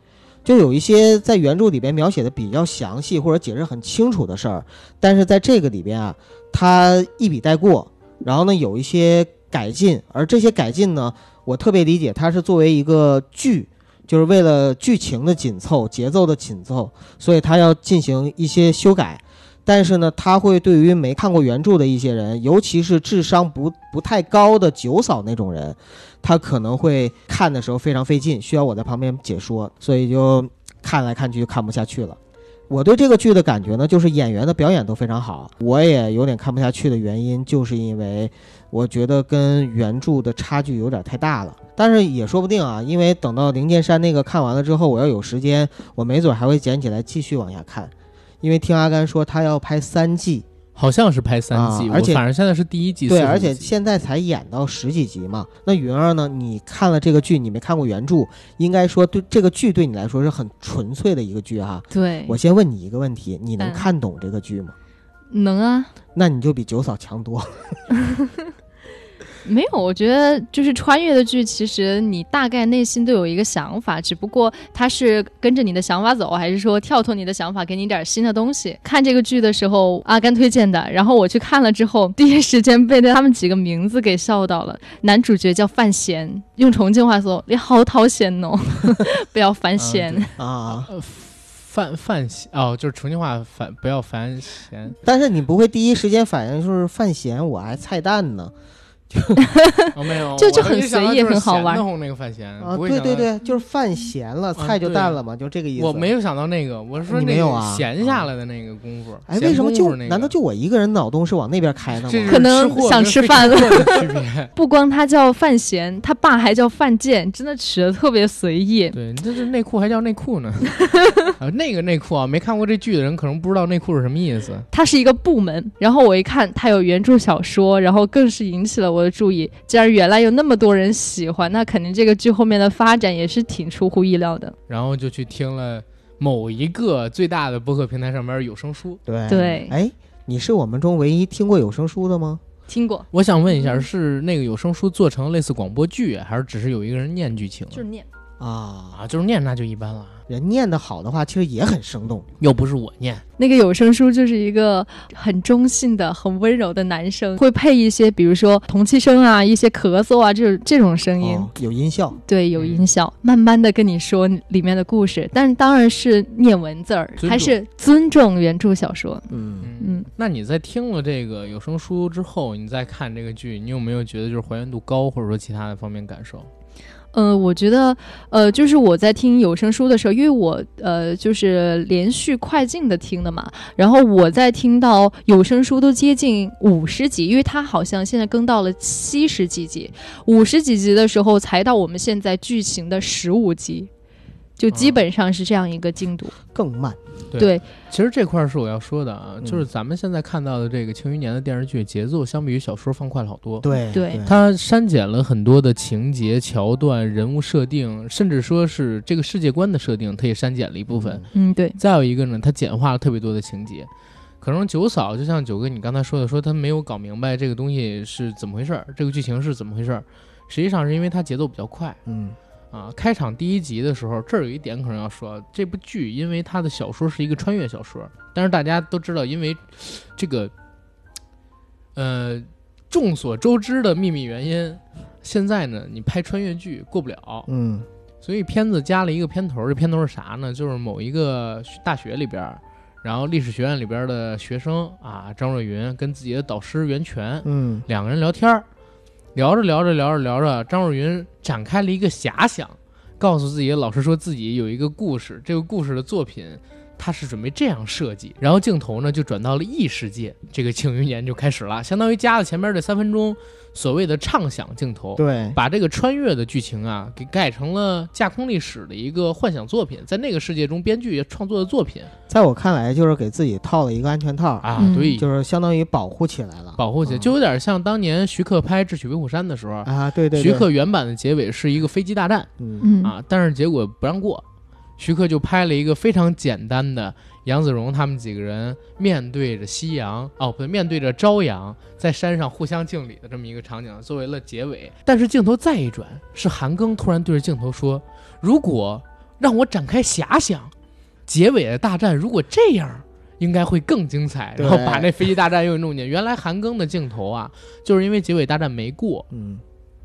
B: 就有一些在原著里边描写的比较详细或者解释很清楚的事儿，但是在这个里边啊，它一笔带过，然后呢有一些改进，而这些改进呢，我特别理解它是作为一个剧，就是为了剧情的紧凑、节奏的紧凑，所以它要进行一些修改。但是呢，它会对于没看过原著的一些人，尤其是智商不不太高的九嫂那种人，他可能会看的时候非常费劲，需要我在旁边解说，所以就看来看去就看不下去了。我对这个剧的感觉呢，就是演员的表演都非常好，我也有点看不下去的原因，就是因为我觉得跟原著的差距有点太大了。但是也说不定啊，因为等到灵剑山那个看完了之后，我要有时间，我没准还会捡起来继续往下看，因为听阿甘说他要拍三季，
A: 好像是拍三季，
B: 啊
A: 我
B: 而且
A: 反正现在是第一季，
B: 对，
A: 45
B: 而且
A: 集
B: 现在才演到十几集嘛。那云儿呢？你看了这个剧，你没看过原著，应该说对这个剧对你来说是很纯粹的一个剧哈。
C: 对，
B: 我先问你一个问题：你能
C: 嗯
B: 看懂这个剧吗？
C: 能啊，
B: 那你就比九嫂强 多。
C: 没有，我觉得就是穿越的剧，其实你大概内心都有一个想法，只不过它是跟着你的想法走，还是说跳脱你的想法，给你点新的东西。看这个剧的时候，阿甘推荐的，然后我去看了之后，第一时间被他们几个名字给笑到了。男主角叫范闲，用重庆话说，你好讨嫌哦， 不要烦闲。
A: 嗯
B: 啊！
A: 呃范范闲哦，就是重庆话反不要烦闲，
B: 但是你不会第一时间反应就是范闲，我还菜蛋呢
A: 哦没有，
C: 就
A: 我
C: 就
A: 还
C: 很
A: 一想
C: 随
A: 到
C: 意
A: 就是
C: 很好
A: 咸
C: 玩
A: 的红那个范闲
B: 啊！
A: 嗯不会
B: 对
A: 想
B: 对
A: 到
B: 对，就是饭咸了，
A: 啊
B: 菜就
A: 对
B: 淡了嘛，就这个意思。
A: 我没有想到那个，我是说
B: 你
A: 那
B: 没有
A: 个
B: 啊
A: 闲下来的那个功夫。
B: 哎，
A: 闲
B: 为什么
A: 工夫
B: 就
A: 那个
B: 难道就我一个人脑洞是往那边开呢
A: 这
B: 吗？
A: 是
C: 可能
A: 吃货
C: 想
A: 跟
C: 吃
A: 非
C: 饭
A: 吃货的区别？
C: 不光他叫范闲，他爸还叫范建，真的取的特别随 意。
A: 对，这是内裤还叫内裤 呢啊！那个内裤啊，没看过这剧的人可能不知道内裤是什么意思。
C: 它是一个部门。然后我一看它有原著小说，然后更是引起了我的注意。既然原来有那么多人喜欢，那肯定这个剧后面的发展也是挺出乎意料的。
A: 然后就去听了某一个最大的播客平台上面有声书。
B: 对
C: 对
B: 哎，你是我们中唯一听过有声书的吗？
C: 听过，
A: 我想问一
B: 嗯
A: 下，是那个有声书做成类似广播剧，还是只是有一个人念剧情啊？
D: 就是念，
B: 啊，
A: 啊，就是念那就一般了，啊
B: 人念得好的话，其实也很生动。
A: 又不是我念。
C: 那个有声书就是一个很中性的、很温柔的男生，会配一些比如说同气声啊、一些咳嗽啊这种这种声音。
B: 哦、有音效，
C: 对，有
A: 嗯
C: 音效，慢慢的跟你说里面的故事，但当然是念文字儿，
A: 尊
C: 还
A: 重
C: 是尊重原著小说。
B: 嗯，
A: 嗯，
C: 嗯，
A: 那你在听了这个有声书之后，你再看这个剧，你有没有觉得就是还原度高，或者说其他的方面感受？
C: 呃，我觉得，呃，就是我在听有声书的时候，因为我呃就是连续快进的听的嘛，然后我在听到有声书都接近五十集，因为它好像现在更到了七十几集，五十几集的时候才到我们现在剧情的十五集，就基
A: 嗯
C: 本上是这样一个进度。
B: 更慢。
A: 对
C: 对，
A: 其实这块儿是我要说的啊，
B: 嗯
A: 就是咱们现在看到的这个《庆余年》的电视剧节奏，相比于小说放快了好多。
B: 对
C: 对
A: 它删减了很多的情节桥段、人物设定，甚至说是这个世界观的设定，它也删减了一部分。
C: 嗯，对，
A: 再有一个呢，它简化了特别多的情节。可能九嫂就像九哥你刚才说的，说他没有搞明白这个东西是怎么回事儿，这个剧情是怎么回事儿。实际上是因为它节奏比较快
B: 嗯，
A: 啊。开场第一集的时候，这儿有一点可能要说，这部剧因为它的小说是一个穿越小说，但是大家都知道，因为这个呃众所周知的秘密原因，现在呢你拍穿越剧过不了，
B: 嗯
A: 所以片子加了一个片头，这片头是啥呢？就是某一个大学里边儿，然后历史学院里边儿的学生啊，张若昀跟自己的导师袁泉
B: 嗯
A: 两个人聊天儿，聊着聊着聊着聊着，张若昀展开了一个遐想，告诉自己的老师说自己有一个故事，这个故事的作品。他是准备这样设计，然后镜头呢就转到了异世界，这个《庆余年》就开始了，相当于加了前面这三分钟所谓的畅想镜头，
B: 对，
A: 把这个穿越的剧情啊给改成了架空历史的一个幻想作品，在那个世界中编剧创作的作品
B: 在我看来就是给自己套了一个安全套，
A: 啊，
C: 嗯
A: 对，
B: 就是相当于保护起来了，
A: 保护起来，
B: 嗯
A: 就有点像当年徐克拍《智取威虎山》的时候，
B: 啊，对对
A: 徐
B: 对，
A: 克原版的结尾是一个飞机大战
B: 嗯，
C: 嗯
A: 啊，但是结果不让过，徐克就拍了一个非常简单的杨子荣他们几个人面对着夕阳，哦不对，面对着朝阳，在山上互相敬礼的这么一个场景作为了结尾。但是镜头再一转，是韩庚突然对着镜头说：“如果让我展开遐想，结尾的大战如果这样。”应该会更精彩，然后
B: 对
A: 把那飞机大战又弄进去。原来韩庚的镜头啊，就是因为结尾大战没过，
B: 嗯，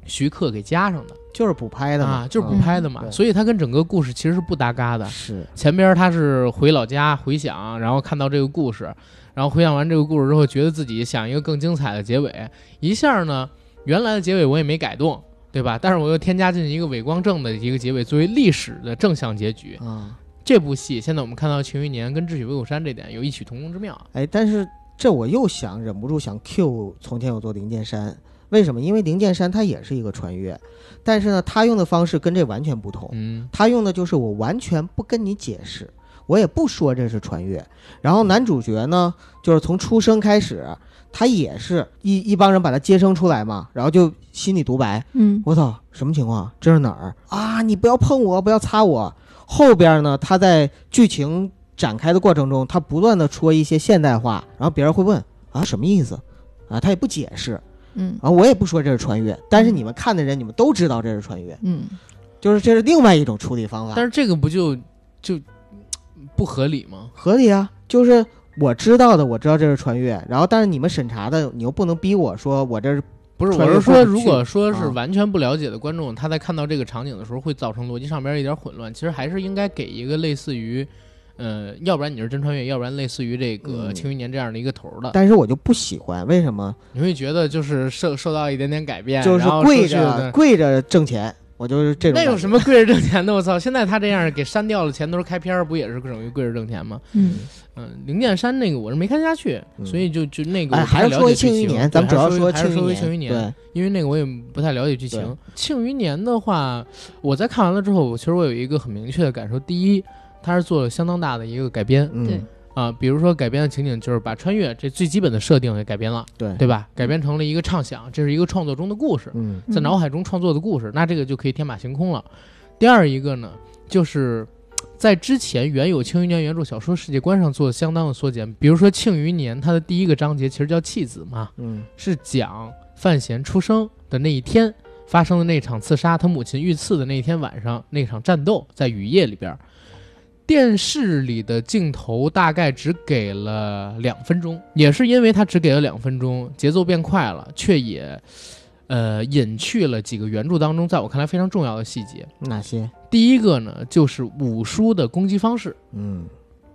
A: 徐克给加上的。
B: 就是补拍的嘛，
A: 啊，就是补
B: 嗯
A: 拍的嘛，
B: 对
A: 所以它跟整个故事其实是不搭嘎的。
B: 是，
A: 前边他是回老家回想，然后看到这个故事，然后回想完这个故事之后，觉得自己想一个更精彩的结尾，一下呢，原来的结尾我也没改动，对吧？但是我又添加进一个伪光正的一个结尾，作为历史的正向结局。
B: 嗯，
A: 这部戏现在我们看到《庆余年》跟《智取威虎山》这点有异曲同工之妙啊。
B: 哎，但是这我又想忍不住想 Q 从前有座灵剑山，为什么？因为灵剑山它也是一个穿越，但是呢，它用的方式跟这完全不同，
A: 嗯，
B: 他用的就是我完全不跟你解释，我也不说这是穿越。然后男主角呢，就是从出生开始，他也是一一帮人把他接生出来嘛，然后就心里独白：
C: 嗯
B: 我操，什么情况？这是哪儿啊？你不要碰我，不要擦我。后边呢，他在剧情展开的过程中，他不断的说一些现代化，然后别人会问啊什么意思啊，他也不解释
C: 嗯
B: 啊，我也不说这是穿越，但是你们看的人，你们都知道这是穿越，
C: 嗯，
B: 就是这是另外一种处理方法。
A: 但是这个不就就嗯不合理吗？
B: 合理啊，就是我知道的，我知道这是穿越，然后但是你们审查的，你又不能逼我说我这是
A: 不是，
B: 穿
A: 我
B: 越
A: 是
B: 过
A: 说，
B: 去
A: 如果说是
B: 啊
A: 完全不了解的观众，他在看到这个场景的时候，会造成逻辑上边一点混乱。其实还是应该给一个类似于，呃，要不然你是真穿越，要不然类似于这个《
B: 嗯
A: 庆余年》这样的一个头儿的，
B: 但是我就不喜欢，为什么？
A: 你会觉得就是受受到一点点改变，
B: 就是
A: 哎然后
B: 跪
A: 出去
B: 着
A: 的
B: 跪着挣钱，我就是这种
A: 那
B: 感觉。
A: 有什么跪着挣钱的？我操！现在他这样给删掉了，前头开篇儿不也是等于跪着挣钱吗？
C: 嗯，
A: 嗯，灵剑山那个我是没看下去，
B: 嗯
A: 所以就就那个我
B: 哎，
A: 不太
B: 还是
A: 了
B: 说
A: 解
B: 庆
A: 剧情
B: 余年，
A: 对
B: 咱们主
A: 还
B: 要
A: 是
B: 说
A: 还是说庆
B: 余
A: 余年。
B: 年，
A: 因为那个我也不太了解剧情。
B: 对
A: 《庆余年》的话，我在看完了之后，我其实我有一个很明确的感受：第一，它是做了相当大的一个改编
B: 对，嗯
C: 对，
A: 啊、比如说改编的情景就是把穿越这最基本的设定给改编了，
B: 对
A: 对吧？改编成了一个畅想，这是一个创作中的故事，
B: 嗯
A: 在脑海中创作的故事，那这个就可以天马行空了。第二一个呢，就是。在之前原有《庆余年》原著小说世界观上做相当的缩减，比如说《庆余年》它的第一个章节其实叫弃子嘛，
B: 嗯
A: 是讲范闲出生的那一天发生的那场刺杀，他母亲遇刺的那一天晚上那场战斗，在雨夜里边儿，电视里的镜头大概只给了两分钟，也是因为它只给了两分钟，节奏变快了，却也呃隐去了几个原著当中在我看来非常重要的细节。
B: 嗯哪些？
A: 第一个呢，就是五叔的攻击方式。
B: 嗯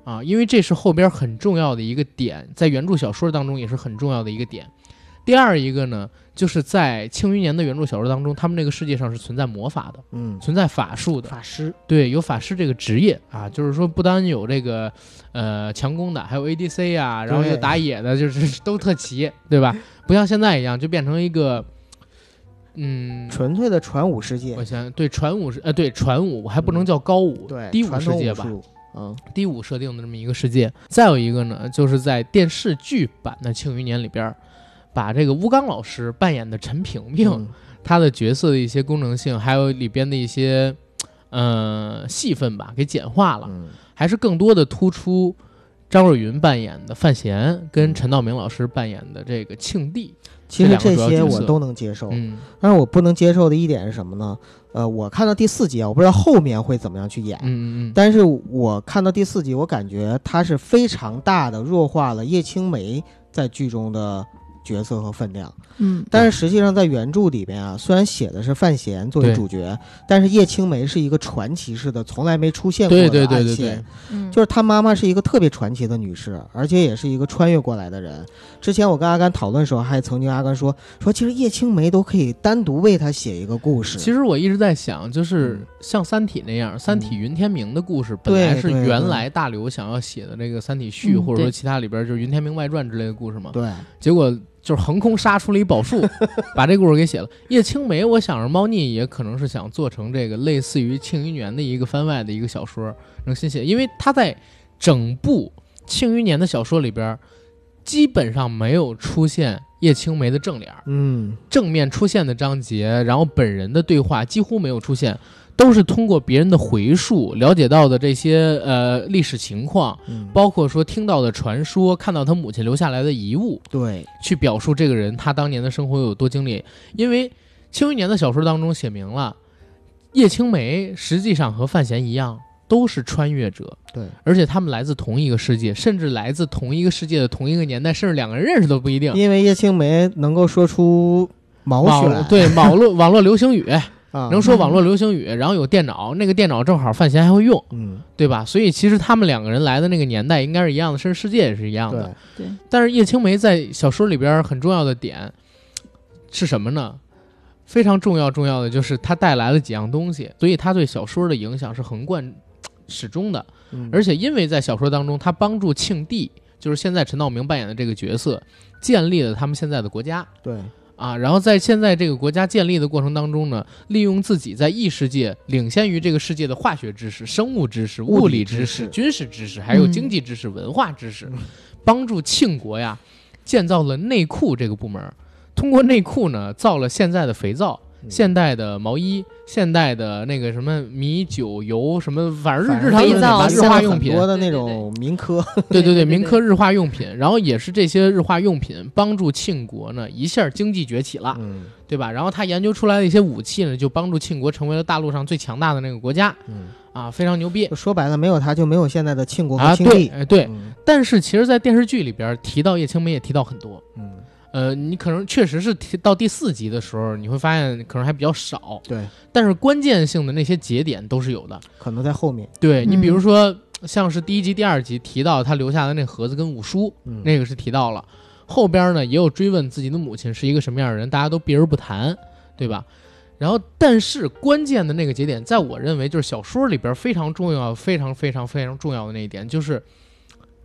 A: 啊，因为这是后边很重要的一个点，在原著小说当中也是很重要的一个点。第二一个呢，就是在《庆余年》的原著小说当中，他们这个世界上是存在魔法的，
B: 嗯，
A: 存在法术的，
B: 法师，
A: 对，有法师这个职业啊，就是说不单有这个呃强攻的，还有 ADC 啊，然后又
B: 对
A: 打野的，就是 都特齐，对吧？不像现在一样，就变成一个嗯。
B: 纯粹的传武世界
A: 我，想对传武是呃对传武，我还不能
B: 嗯
A: 叫高武，
B: 对，
A: 低武
B: 传
A: 世
B: 统
A: 界
B: 武
A: 吧，
B: 术，嗯
A: 第五设定的这么一个世界。再有一个呢，就是在电视剧版的《庆余年》里边儿，把这个吴刚老师扮演的陈萍萍，
B: 嗯
A: 她的角色的一些功能性，还有里边的一些呃戏份吧，给简化了，
B: 嗯
A: 还是更多的突出。张若昀扮演的范闲
B: 嗯
A: 跟陈道明老师扮演的这个庆帝，
B: 其实
A: 这两个
B: 这
A: 主要
B: 些
A: 角
B: 我
A: 色
B: 都能接受，
A: 嗯，
B: 但是我不能接受的一点是什么呢？呃，我看到第四集啊，我不知道后面会怎么样去演。
A: 嗯嗯嗯，
B: 但是我看到第四集，我感觉它是非常大的弱化了叶青梅在剧中的角色和分量。
C: 嗯
B: 但是实际上在原著里边啊，虽然写的是范闲作为
A: 对
B: 主角，但是叶青梅是一个传奇式的，从来没出现过的
A: 对
B: 暗
A: 对对对
B: 线。
A: 对，
C: 嗯
B: 就是她妈妈是一个特别传奇的女士，而且也是一个穿越过来的人。之前我跟阿甘讨论的时候，还曾经阿甘说说，其实叶青梅都可以单独为她写一个故事。
A: 其实我一直在想，就是
B: 嗯
A: 像《三体》那样，《三体》云天明的故事本
B: 对
A: 来是
B: 对对
A: 原来大刘想要写的这个《三体序》，
C: 嗯
A: 或者说
C: 对
A: 其他里边就是云天明外传之类的故事嘛。
B: 对，
A: 结果就是横空杀出了一宝 树，把这故事给写了。叶青梅，我想着猫腻也可能是想做成这个类似于《庆余年》的一个番外的一个小说，能新写，因为他在整部《庆余年》的小说里边，基本上没有出现叶青梅的正脸儿，
B: 嗯，
A: 正面出现的章节，然后本人的对话几乎没有出现。都是通过别人的回述了解到的这些呃历史情况，
B: 嗯
A: 包括说听到的传说，看到他母亲留下来的遗物，
B: 对，
A: 去表述这个人他当年的生活有多经历，因为《庆余年》的小说当中写明了，叶青梅实际上和范闲一样都是穿越者，
B: 对，
A: 而且他们来自同一个世界，甚至来自同一个世界的同一个年代，甚至两个人认识都不一定。
B: 因为叶青梅能够说出毛血
A: 网对网络网络流行语
B: 啊，
A: 能说网络流行语，然后有电脑，那个电脑正好范闲还会用，
B: 嗯，
A: 对吧？所以其实他们两个人来的那个年代应该是一样的，甚至世界也是一样的
B: 对。，
C: 对，
A: 但是叶青梅在小说里边很重要的点是什么呢？非常重要重要的就是她带来了几样东西，所以她对小说的影响是横贯始终的。
B: 嗯
A: 而且因为在小说当中，她帮助庆帝，就是现在陈道明扮演的这个角色，建立了他们现在的国家
B: 对，
A: 啊。然后在现在这个国家建立的过程当中呢，利用自己在异世界领先于这个世界的化学知识、生物知识、
B: 物理
A: 物理
B: 知
A: 知
B: 识嗯
A: 识、军事知识，还有
C: 嗯
A: 经济知识、文化知识，帮助庆国呀建造了内库这个部门儿。通过内库呢，造了现在的肥皂、
B: 嗯
A: 现代的毛衣、现代的那个什么米酒油什么，反正
B: 反正
A: 日常用
C: 肥
A: 品
C: 皂
A: 吧、日
B: 现在
A: 化用
B: 很
A: 品
B: 多，的
D: 对对
B: 那种民科，
A: 对对对，
D: 对对
A: 民
D: 对
A: 科日化用品，然后也是这些日化用品帮助庆国呢一下经济崛起了，
B: 嗯
A: 对吧？然后他研究出来的一些武器呢，就帮助庆国成为了大陆上最强大的那个国家
B: 嗯，
A: 啊，非常牛逼
B: 就说白了，没有他就没有现在的庆国和
A: 啊！
B: 庆
A: 对，
B: 帝，
A: 哎对。
B: 嗯
A: 但是其实，在电视剧里边提到叶青梅也提到很多，
B: 嗯，
A: 呃，你可能确实是提到第四集的时候，你会发现可能还比较少，
B: 对，
A: 但是关键性的那些节点都是有的。
B: 可能在后面，
A: 对你，比如
C: 嗯
A: 说像是第一集、第二集提到他留下的那盒子跟五叔，
B: 嗯，
A: 那个是提到了。后边呢也有追问自己的母亲是一个什么样的人，大家都避而不谈，对吧？然后，但是关键的那个节点，在我认为就是小说里边非常重要、非常非常非常重要的那一点，就是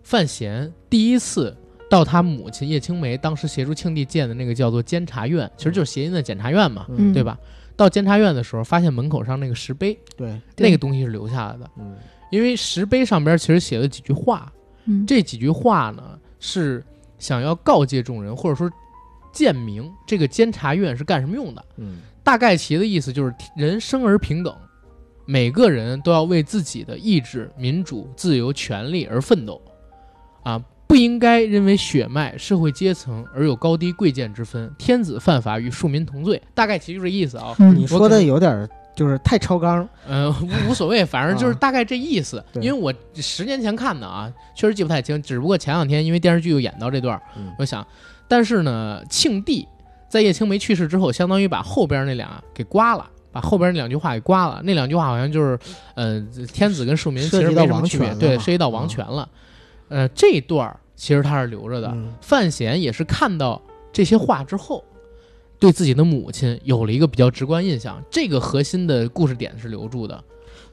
A: 范闲第一次到他母亲叶青梅当时协助庆帝建的那个叫做监察院，其实就是谐音的检察院嘛，
B: 嗯
A: 对吧？到监察院的时候，发现门口上那个石碑，
B: 对，
A: 那个东西是留下来的，
B: 嗯
A: 因为石碑上边其实写了几句话，
C: 嗯，
A: 这几句话呢，是想要告诫众人，或者说建明这个监察院是干什么用的。
B: 嗯
A: 大概其的意思就是，人生而平等，每个人都要为自己的意志、民主、自由、权利而奋斗，啊，不应该认为血脉、社会阶层而有高低贵贱之分。天子犯法与庶民同罪，大概其就是这意思啊。
B: 你
C: 嗯
B: 说的有点儿就是太超纲，
A: 呃，无无所谓，反正就是
B: 啊
A: 大概这意思。
B: 对
A: 因为我十年前看的啊，确实记不太清，只不过前两天因为电视剧又演到这段儿，
B: 嗯
A: 我想，但是呢，庆帝在叶青梅去世之后，相当于把后边那俩给刮了。把后边那两句话给刮了，那两句话好像就是，呃，天子跟庶民其
B: 涉及
A: 实
B: 到
A: 没什么
B: 王
A: 区别，
B: 权了
A: 对，
B: 嘛嗯
A: 涉及到王权了。呃，这一段儿其实他是留着的。
B: 嗯
A: 范闲也是看到这些话之后，对自己的母亲有了一个比较直观印象。这个核心的故事点是留住的，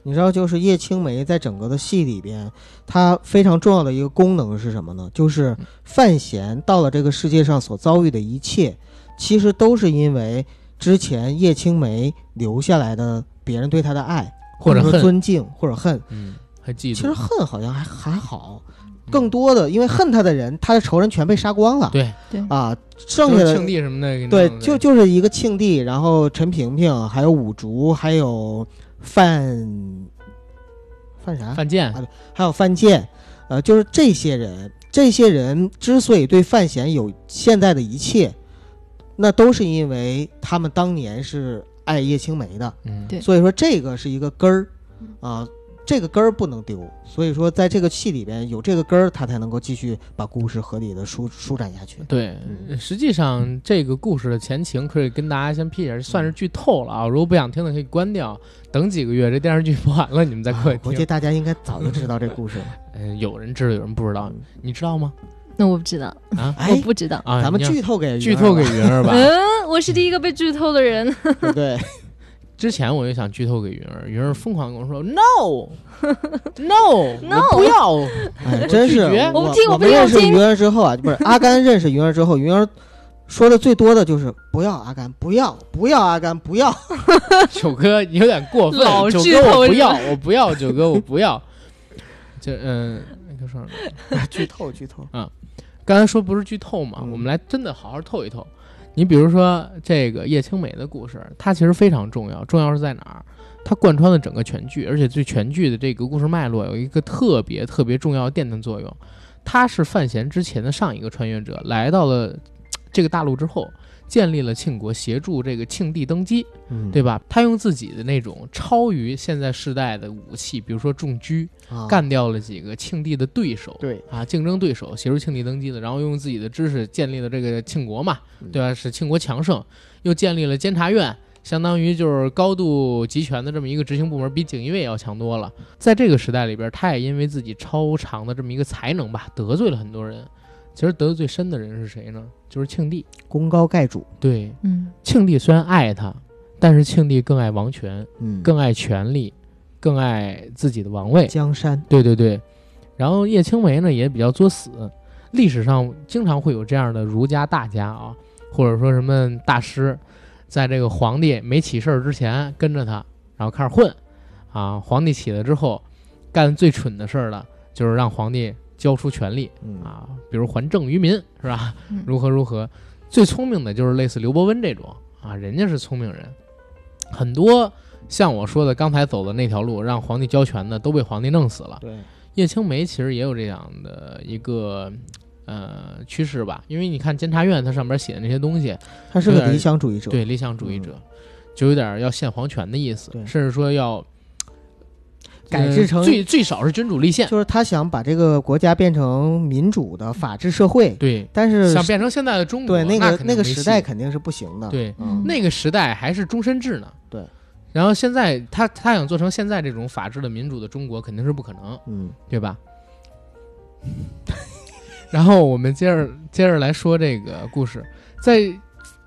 B: 你知道，就是叶青梅在整个的戏里边，她非常重要的一个功能是什么呢？就是
A: 嗯
B: 范闲到了这个世界上所遭遇的一切，其实都是因为之前叶青梅留下来的别人对他的爱，
A: 或者
B: 说
A: 恨，
B: 尊敬，或者恨。
A: 嗯，还记
B: 其
A: 住。
B: 实恨好像还还好，更多的因为恨他的人，他的仇人全被杀光了。
A: 对，
B: 啊，剩
A: 就
B: 下
A: 是
B: 的
A: 庆帝什么的给弄
B: 对
A: 的，，
B: 就就是一个庆帝，然后陈萍萍，还有五竹，还有范范啥，
A: 范建
B: 啊还有范建，呃，就是这些人，这些人之所以对范闲有现在的一切，那都是因为他们当年是爱叶青梅的，
A: 嗯，
C: 对
B: 所以说这个是一个根儿
C: 嗯，
B: 啊、这个根儿不能丢，所以说在这个戏里边有这个根儿，他才能够继续把故事合理的舒舒展下去。
A: 对
B: 嗯
A: 实际上这个故事的前情可以跟大家先披一下，算是剧透了啊。如果不想听的可以关掉，等几个月这电视剧播完了，你们再过来
B: 啊我觉
A: 听。
B: 得大家应该早就知道这 故事了。
A: 嗯，有人知道，有人不知道，你知道吗？
C: 那我不知道，
A: 啊
B: 哎
C: 我不知道。
A: 啊，
B: 咱们
A: 你要
B: 剧透给
A: 剧透给
B: 人
A: 云儿吧。
C: 嗯，我是第一个被剧透的人。
B: 对，
A: 之前我就想剧透给云儿，云儿疯狂跟我说 no no
D: No
A: 我不要，
B: 哎， 真是
A: 拒绝
D: 我
B: 我
D: 不听我
B: 我
D: 不
B: 们
D: 听我
B: 认识
D: 听
B: 云儿之后啊，不是阿甘认识云儿之后，云儿说的最多的就是不要阿甘，不要不要阿甘，不要。
A: 九哥有点过分，
C: 老
A: 九
C: 剧
A: 哥
C: 透
A: 我不
C: 是
A: 要
C: 吧，
A: 我不要，九哥我不要，就嗯，那个什么， 啊
B: 剧透剧透，
A: 刚才说不是剧透嘛，
B: 嗯
A: 我们来真的好好透一透。你比如说这个叶青美的故事，它其实非常重要，重要是在哪儿？它贯穿了整个全剧，而且对全剧的这个故事脉络有一个特别特别重要的奠定作用。他是范闲之前的上一个穿越者，来到了嘖这个大陆之后，建立了庆国，协助这个庆帝登基，
B: 嗯
A: 对吧？他用自己的那种超于现在世代的武器，比如说重狙，
B: 啊
A: 干掉了几个庆帝的对手，
B: 对，
A: 啊竞争对手，协助庆帝登基的，然后用自己的知识建立了这个庆国嘛，
B: 嗯
A: 对吧？使庆国强盛，又建立了监察院，相当于就是高度集权的这么一个执行部门，比锦衣卫要强多了。在这个时代里边，他也因为自己超常的这么一个才能吧，得罪了很多人。其实得罪最深的人是谁呢？就是庆帝。
B: 功高盖主，
A: 对，
C: 嗯，
A: 庆帝虽然爱他，但是庆帝更爱王权，
B: 嗯
A: 更爱权力，更爱自己的王位。
B: 江山，
A: 对对对，然后叶青梅呢也比较作死，历史上经常会有这样的儒家大家啊，或者说什么大师，在这个皇帝没起事儿之前跟着他，然后开始混，啊，皇帝起了之后，干最蠢的事儿了，就是让皇帝交出权力
B: 嗯
A: 啊，比如还政于民，是吧？
C: 嗯
A: 如何如何，最聪明的就是类似刘伯温这种啊，人家是聪明人，很多。像我说的，刚才走的那条路，让皇帝交权的都被皇帝弄死了。
B: 对，
A: 叶青梅其实也有这样的一个呃趋势吧，因为你看监察院它上边写的那些东西，
B: 他是
A: 有
B: 个
A: 点
B: 理想主义者，嗯
A: 对理想主义者，就有点要限皇权的意思，
B: 对
A: 甚至说要
B: 改制成
A: 呃最最少是君主立宪，
B: 就是他想把这个国家变成民主的法治社会，
A: 对，
B: 但是
A: 想变成现在的中国，
B: 对那
A: 那肯
B: 个
A: 定
B: 那个
A: 没
B: 时
A: 戏
B: 代肯定是不行的，
A: 对
B: 嗯，
A: 那个时代还是终身制呢，
B: 对。
A: 然后现在他他想做成现在这种法治的民主的中国，肯定是不可能，
B: 嗯
A: 对吧？ 然后我们接着接着来说这个故事，在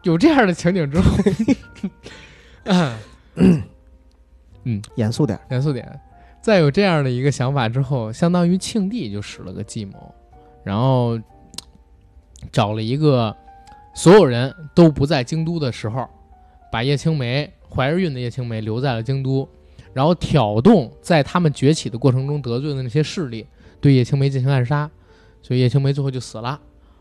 A: 有这样的情景之后， 啊
B: 严肃点儿，
A: 严肃点，在有这样的一个想法之后，相当于庆帝就使了个计谋，然后嘖找了一个所有人都不在京都的时候，把叶青梅怀着孕的叶青梅留在了京都，然后挑动在他们崛起的过程中得罪的那些势力，对叶青梅进行暗杀，所以叶青梅最后就死了，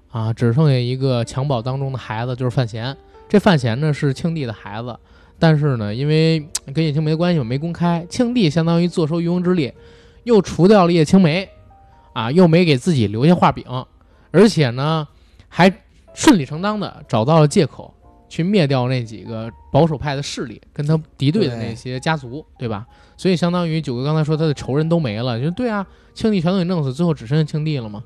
A: 啊，只剩下一个襁褓当中的孩子，就是范闲。这范闲呢是庆帝的孩子，但是呢，因为嘖跟叶青梅的关系嘛没公开，庆帝相当于坐收渔翁之利，又除掉了叶青梅，啊，又没给自己留下画饼，而且呢，还顺理成章的找到了借口去灭掉那几个保守派的势力，跟他敌对的那些家族，对吧？所以相当于九哥刚才说他的仇人都没了，就对啊，庆帝全都给弄死，最后只剩下庆帝了嘛，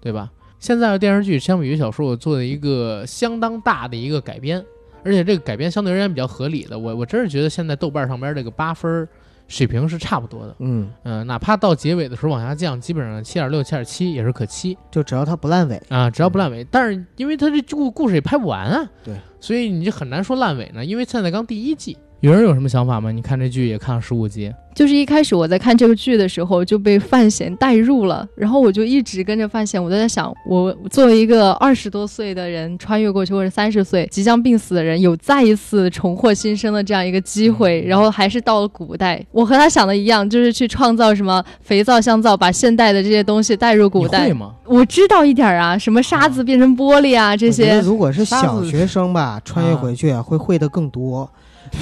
A: 对吧？现在的电视剧相比于小说，我做的一个相当大的一个改编，而且这个改编相对而言比较合理的，我我真是觉得现在豆瓣上边这个八分儿水平是差不多的，
B: 嗯，
A: 嗯、哪怕到结尾的时候往下降，基本上七点六、七点七也是可期
B: 就只要他不烂尾，
A: 啊，只要不烂尾。但是因为它这故故事也拍不完啊，
B: 嗯对，
A: 所以你就很难说烂尾呢，因为现在刚第一季。有人有什么想法吗？你看这剧也看了十五集，
C: 就是一开始我在看这个剧的时候就被范闲带入了，然后我就一直跟着范闲，我都在想，我作为一个二十多岁的人穿越过去，或者三十岁即将病死的人，有再一次重获新生的这样一个机会，然后还是到了古代，我和他想的一样，就是去创造什么肥皂、香皂，把现代的这些东西带入古
A: 你
C: 代
A: 会。吗？
C: 我知道一点儿
B: 嗯
C: 啊，什么沙子变成玻璃啊，这
B: 我觉得
C: 些
B: 如果是
A: 沙
B: 小
A: 子
B: 学生吧，穿越回去啊会会的 更多，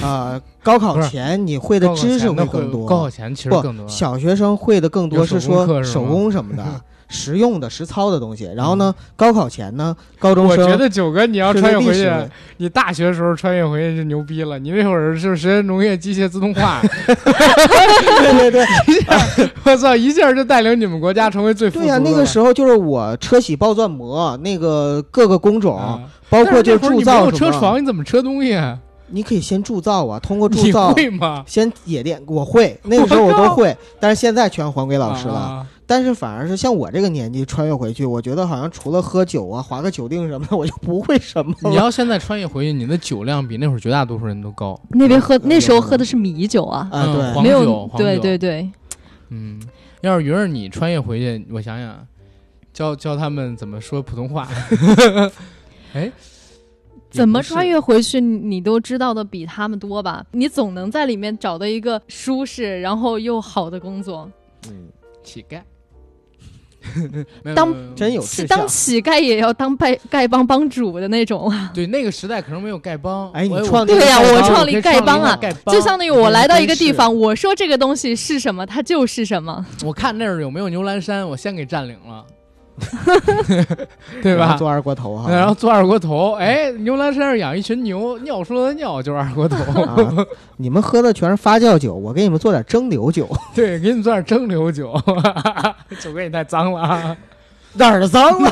B: 啊，高考
A: 不是
B: 前你会的知识
A: 高考前的
B: 更多，
A: 高考前其实更多
B: 不，。 小学生会的更多
A: 有
B: 是
A: 手工课是吗
B: 说
A: 嗯
B: 手工什么的， 实用的、实操的东西。然后呢，高考前呢，高中生
A: 九哥你
B: 是历史文
A: 你大学时候穿越回去就牛逼了，你那会儿是学农业机械自动 化，
B: 对对对
A: 我操，一下就带领你们国家成为最
B: 对呀、那个时候就是我车铣爆钻模，那个各个工种，
A: 啊
B: 包括
A: 但
B: 就是
A: 那会儿
B: 铸
A: 你没
B: 造
A: 有
B: 什
A: 车
B: 么，
A: 床，你怎么车东西啊？
B: 你可以先铸造啊，通过铸
A: 你
B: 造。
A: 会吗？
B: 先冶炼，我会那个时候我都会，但是现在全还给老师了。
A: 啊。
B: 但是反而是像我这个年纪穿越回去，我觉得好像除了喝酒啊、划个酒腚什么的，我就不会什么
A: 你
B: 了。
A: 要现在穿越回去，你的酒量比那会儿绝大多数人都高。
C: 那边喝
B: 嗯
C: 那时候喝的是米酒啊，
B: 啊，
A: 嗯
B: 对
A: 黄，
C: 没
A: 酒
C: 有
A: 黄
C: 对
A: 酒
C: 对对，
A: 嗯，要是云儿你穿越回去，我想想，教教他们怎么说普通话。 哎，
C: 怎么
A: 也不是
C: 穿？越回去，你你都知道的比他们多吧？你总能在里面找到一个舒适然后又好的工作。
B: 嗯，
A: 乞丐。 没有
C: 当
A: 没有没有
B: 真有
C: 是
B: 志
C: 当
B: 向。
C: 乞丐也要当丐丐帮帮主的那种啊！
A: 对那个时代可能没有丐帮，
B: 哎，你
A: 我
B: 创
C: 对
B: 呀，
C: 呀我
A: 我
C: 创
A: 可
C: 立
A: 以
C: 丐帮啊
A: 创立一个丐帮
C: 就相当于我来到一个地
B: 真
C: 方，我说这个东西是什么，它就是什么。
A: 我看那儿有没有牛栏山，我先给占领 了，对
B: 然后
A: 吧？
B: 做二锅头哈，啊
A: 然后做二锅头，哎，牛栏山上养一群牛，尿出来的尿就是二锅头，
B: 啊，你们喝的全是发酵酒，我给你们做点蒸馏酒，
A: 对，给你做点蒸馏酒， 酒给你太脏了啊！
B: 哪儿脏了？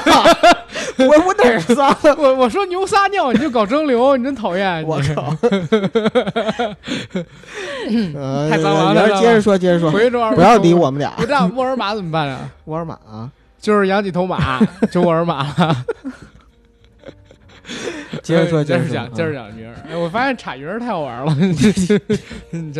B: 我我哪儿脏啊了？
A: 我我说牛撒尿你就搞蒸馏，你真讨厌！
B: 我
A: 你
B: 靠！呃
A: 太脏了
B: 你要
A: 太脏了
B: 接着说，接着说，
A: 回去
B: 不要理，我们俩。
A: 不这样沃尔玛怎么办啊？
B: 沃尔玛啊，
A: 就是养几头马， 就沃尔玛了。
B: 接着说，
A: 接着
B: 说
A: 讲，接着
B: 啊
A: 讲鱼儿。哎，我发现产鱼儿太好玩了。 你接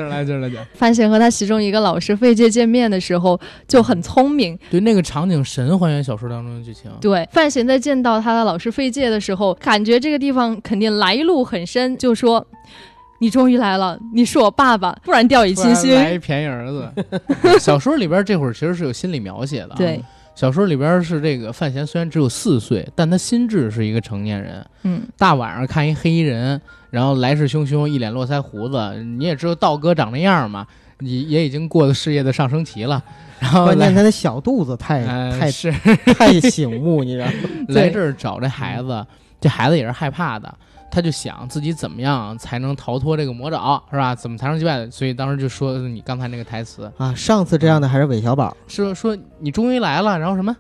A: 着来，接着来讲。
C: 发现和他其中一个老师费介见面的时候就很聪明。
A: 对那个场景神还原小说当中的剧情，
C: 对，范闲在见到他的老师费介的时候，感觉这个地方肯定来路很深，就说：“你终于来了，你是我爸爸，不然掉以
A: 突然
C: 轻心。
A: 来一便宜儿子。小说里边这会儿其实是有心理描写的、”啊
C: 对，，
A: 小说里边是这个范闲虽然只有四岁，但他心智是一个成年人。
C: 嗯，
A: 大晚上看一黑衣人，然后来势汹汹，一脸络腮胡子，你也知道道哥长那样嘛，你也已经过了事业的上升期了。然后
B: 关键
A: 来，
B: 他的小肚子太
A: 呃
B: 太
A: 是
B: 太醒目，你知道吗？
A: 来这儿找这孩子，这孩子也是害怕的，他就想自己怎么样才能逃脱这个魔爪，是吧？怎么才能击败？所以当时就说你刚才那个台词，
B: 啊，上次这样的还是韦小宝。
A: 说说你终于来了，然后什么？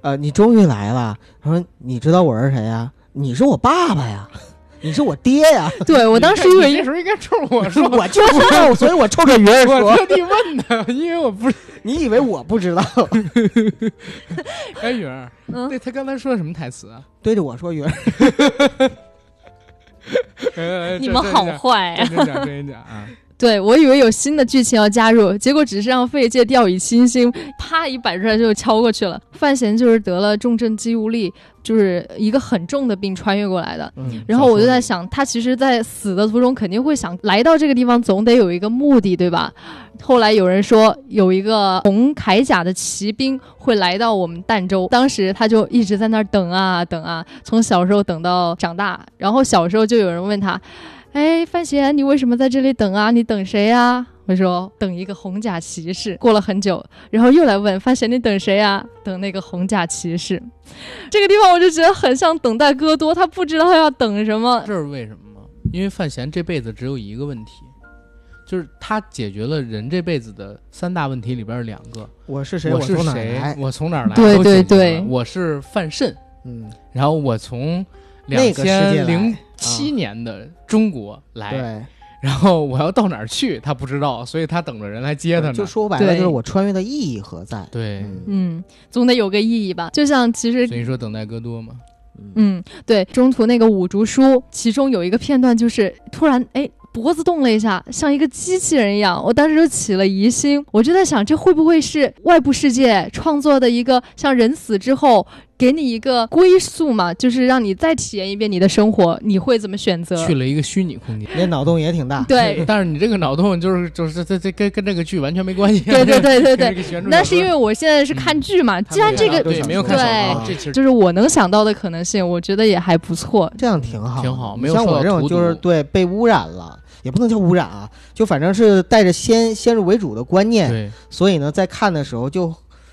B: 呃，你终于来了。他说：“你知道我是谁呀？你是我爸爸呀，你是我爹呀。
C: 对我当时以
A: 你
C: 为
A: 这时候应该冲 我说。
B: 我就知道，所以我冲着云儿
A: 我
B: 说
A: 特地问的，因为我不 是。
B: 你以为我不知道？
A: 哎，云儿，
C: 嗯
A: 对他刚才说什么台词 啊？
B: 对着我说云儿，哎
A: 呃
C: 你们好坏、 啊。
A: 真真讲真讲啊！
C: 对我以为有新的剧情要加入，结果只是让费介掉以轻心，啪一摆出来就敲过去了。范闲就是得了重症肌无力，就是一个很重的病穿越过来的。
B: 嗯
C: 然后我就在想，他其实，在死的途中肯定会想，来到这个地方总得有一个目的，对吧？后来有人说，有一个红铠甲的骑兵会来到我们儋州，当时他就一直在那儿等啊等啊，从小时候等到长大。然后小时候就有人问他，哎，范闲，你为什么在这里等啊？你等谁啊？我说等一个红甲骑士。过了很久，然后又来问范闲，你等谁啊？等那个红甲骑士。这个地方我就觉得很像等待戈多，他不知道要等什么。
A: 这是为什么吗？因为范闲这辈子只有一个问题，就是他解决了人这辈子的三大问题里边儿两个：
B: 我是谁？
A: 我是
B: 从哪儿
A: 谁
B: 来？？
A: 我从哪儿来？
C: 对
A: 都解决
C: 对
A: 了
C: 对
A: 我是范慎，
B: 嗯，
A: 然后我从两
B: 那个世界
A: 千零
B: 来
A: 七年的中国来，
B: 对，
A: 然后我要到哪儿去，他不知道，所以他等着人来接他呢。
B: 就说白了，
C: 对
B: 就是我穿越的意义何在？
A: 对，
B: 嗯
C: 嗯，总得有个意义吧。就像其实
A: 所以说等待戈多嘛。
B: 嗯，
C: 嗯，对，中途那个五竹书，其中有一个片段就是突然哎。脖子动了一下，像一个机器人一样，我当时就起了疑心，我就在想，这会不会是外部世界创作的一个像人死之后给你一个归宿嘛？就是让你再体验一遍你的生活，你会怎么选择？
A: 去了一个虚拟空间。，
B: 那脑洞也挺大。
C: 对
A: 但是你这个脑洞就是就是这这跟跟这个剧完全没关系。啊
C: 对对对 对对。
A: 对对
C: 那是因为我现在是看剧嘛，既然这个
B: 看
A: 对没有看小说，啊
B: 对
A: 这其实
C: 就是我能想到的可能性，我觉得也还不错。
B: 这样挺好，
A: 挺好
B: 你
A: 没有
B: 像
A: 受
B: 我
A: 到
B: 这种
A: 荼
B: 就是
A: 毒
B: 对被污染了，也不能叫污染啊，就反正是带着先先入为主的观念，
A: 对
B: 所以呢，在看的时候就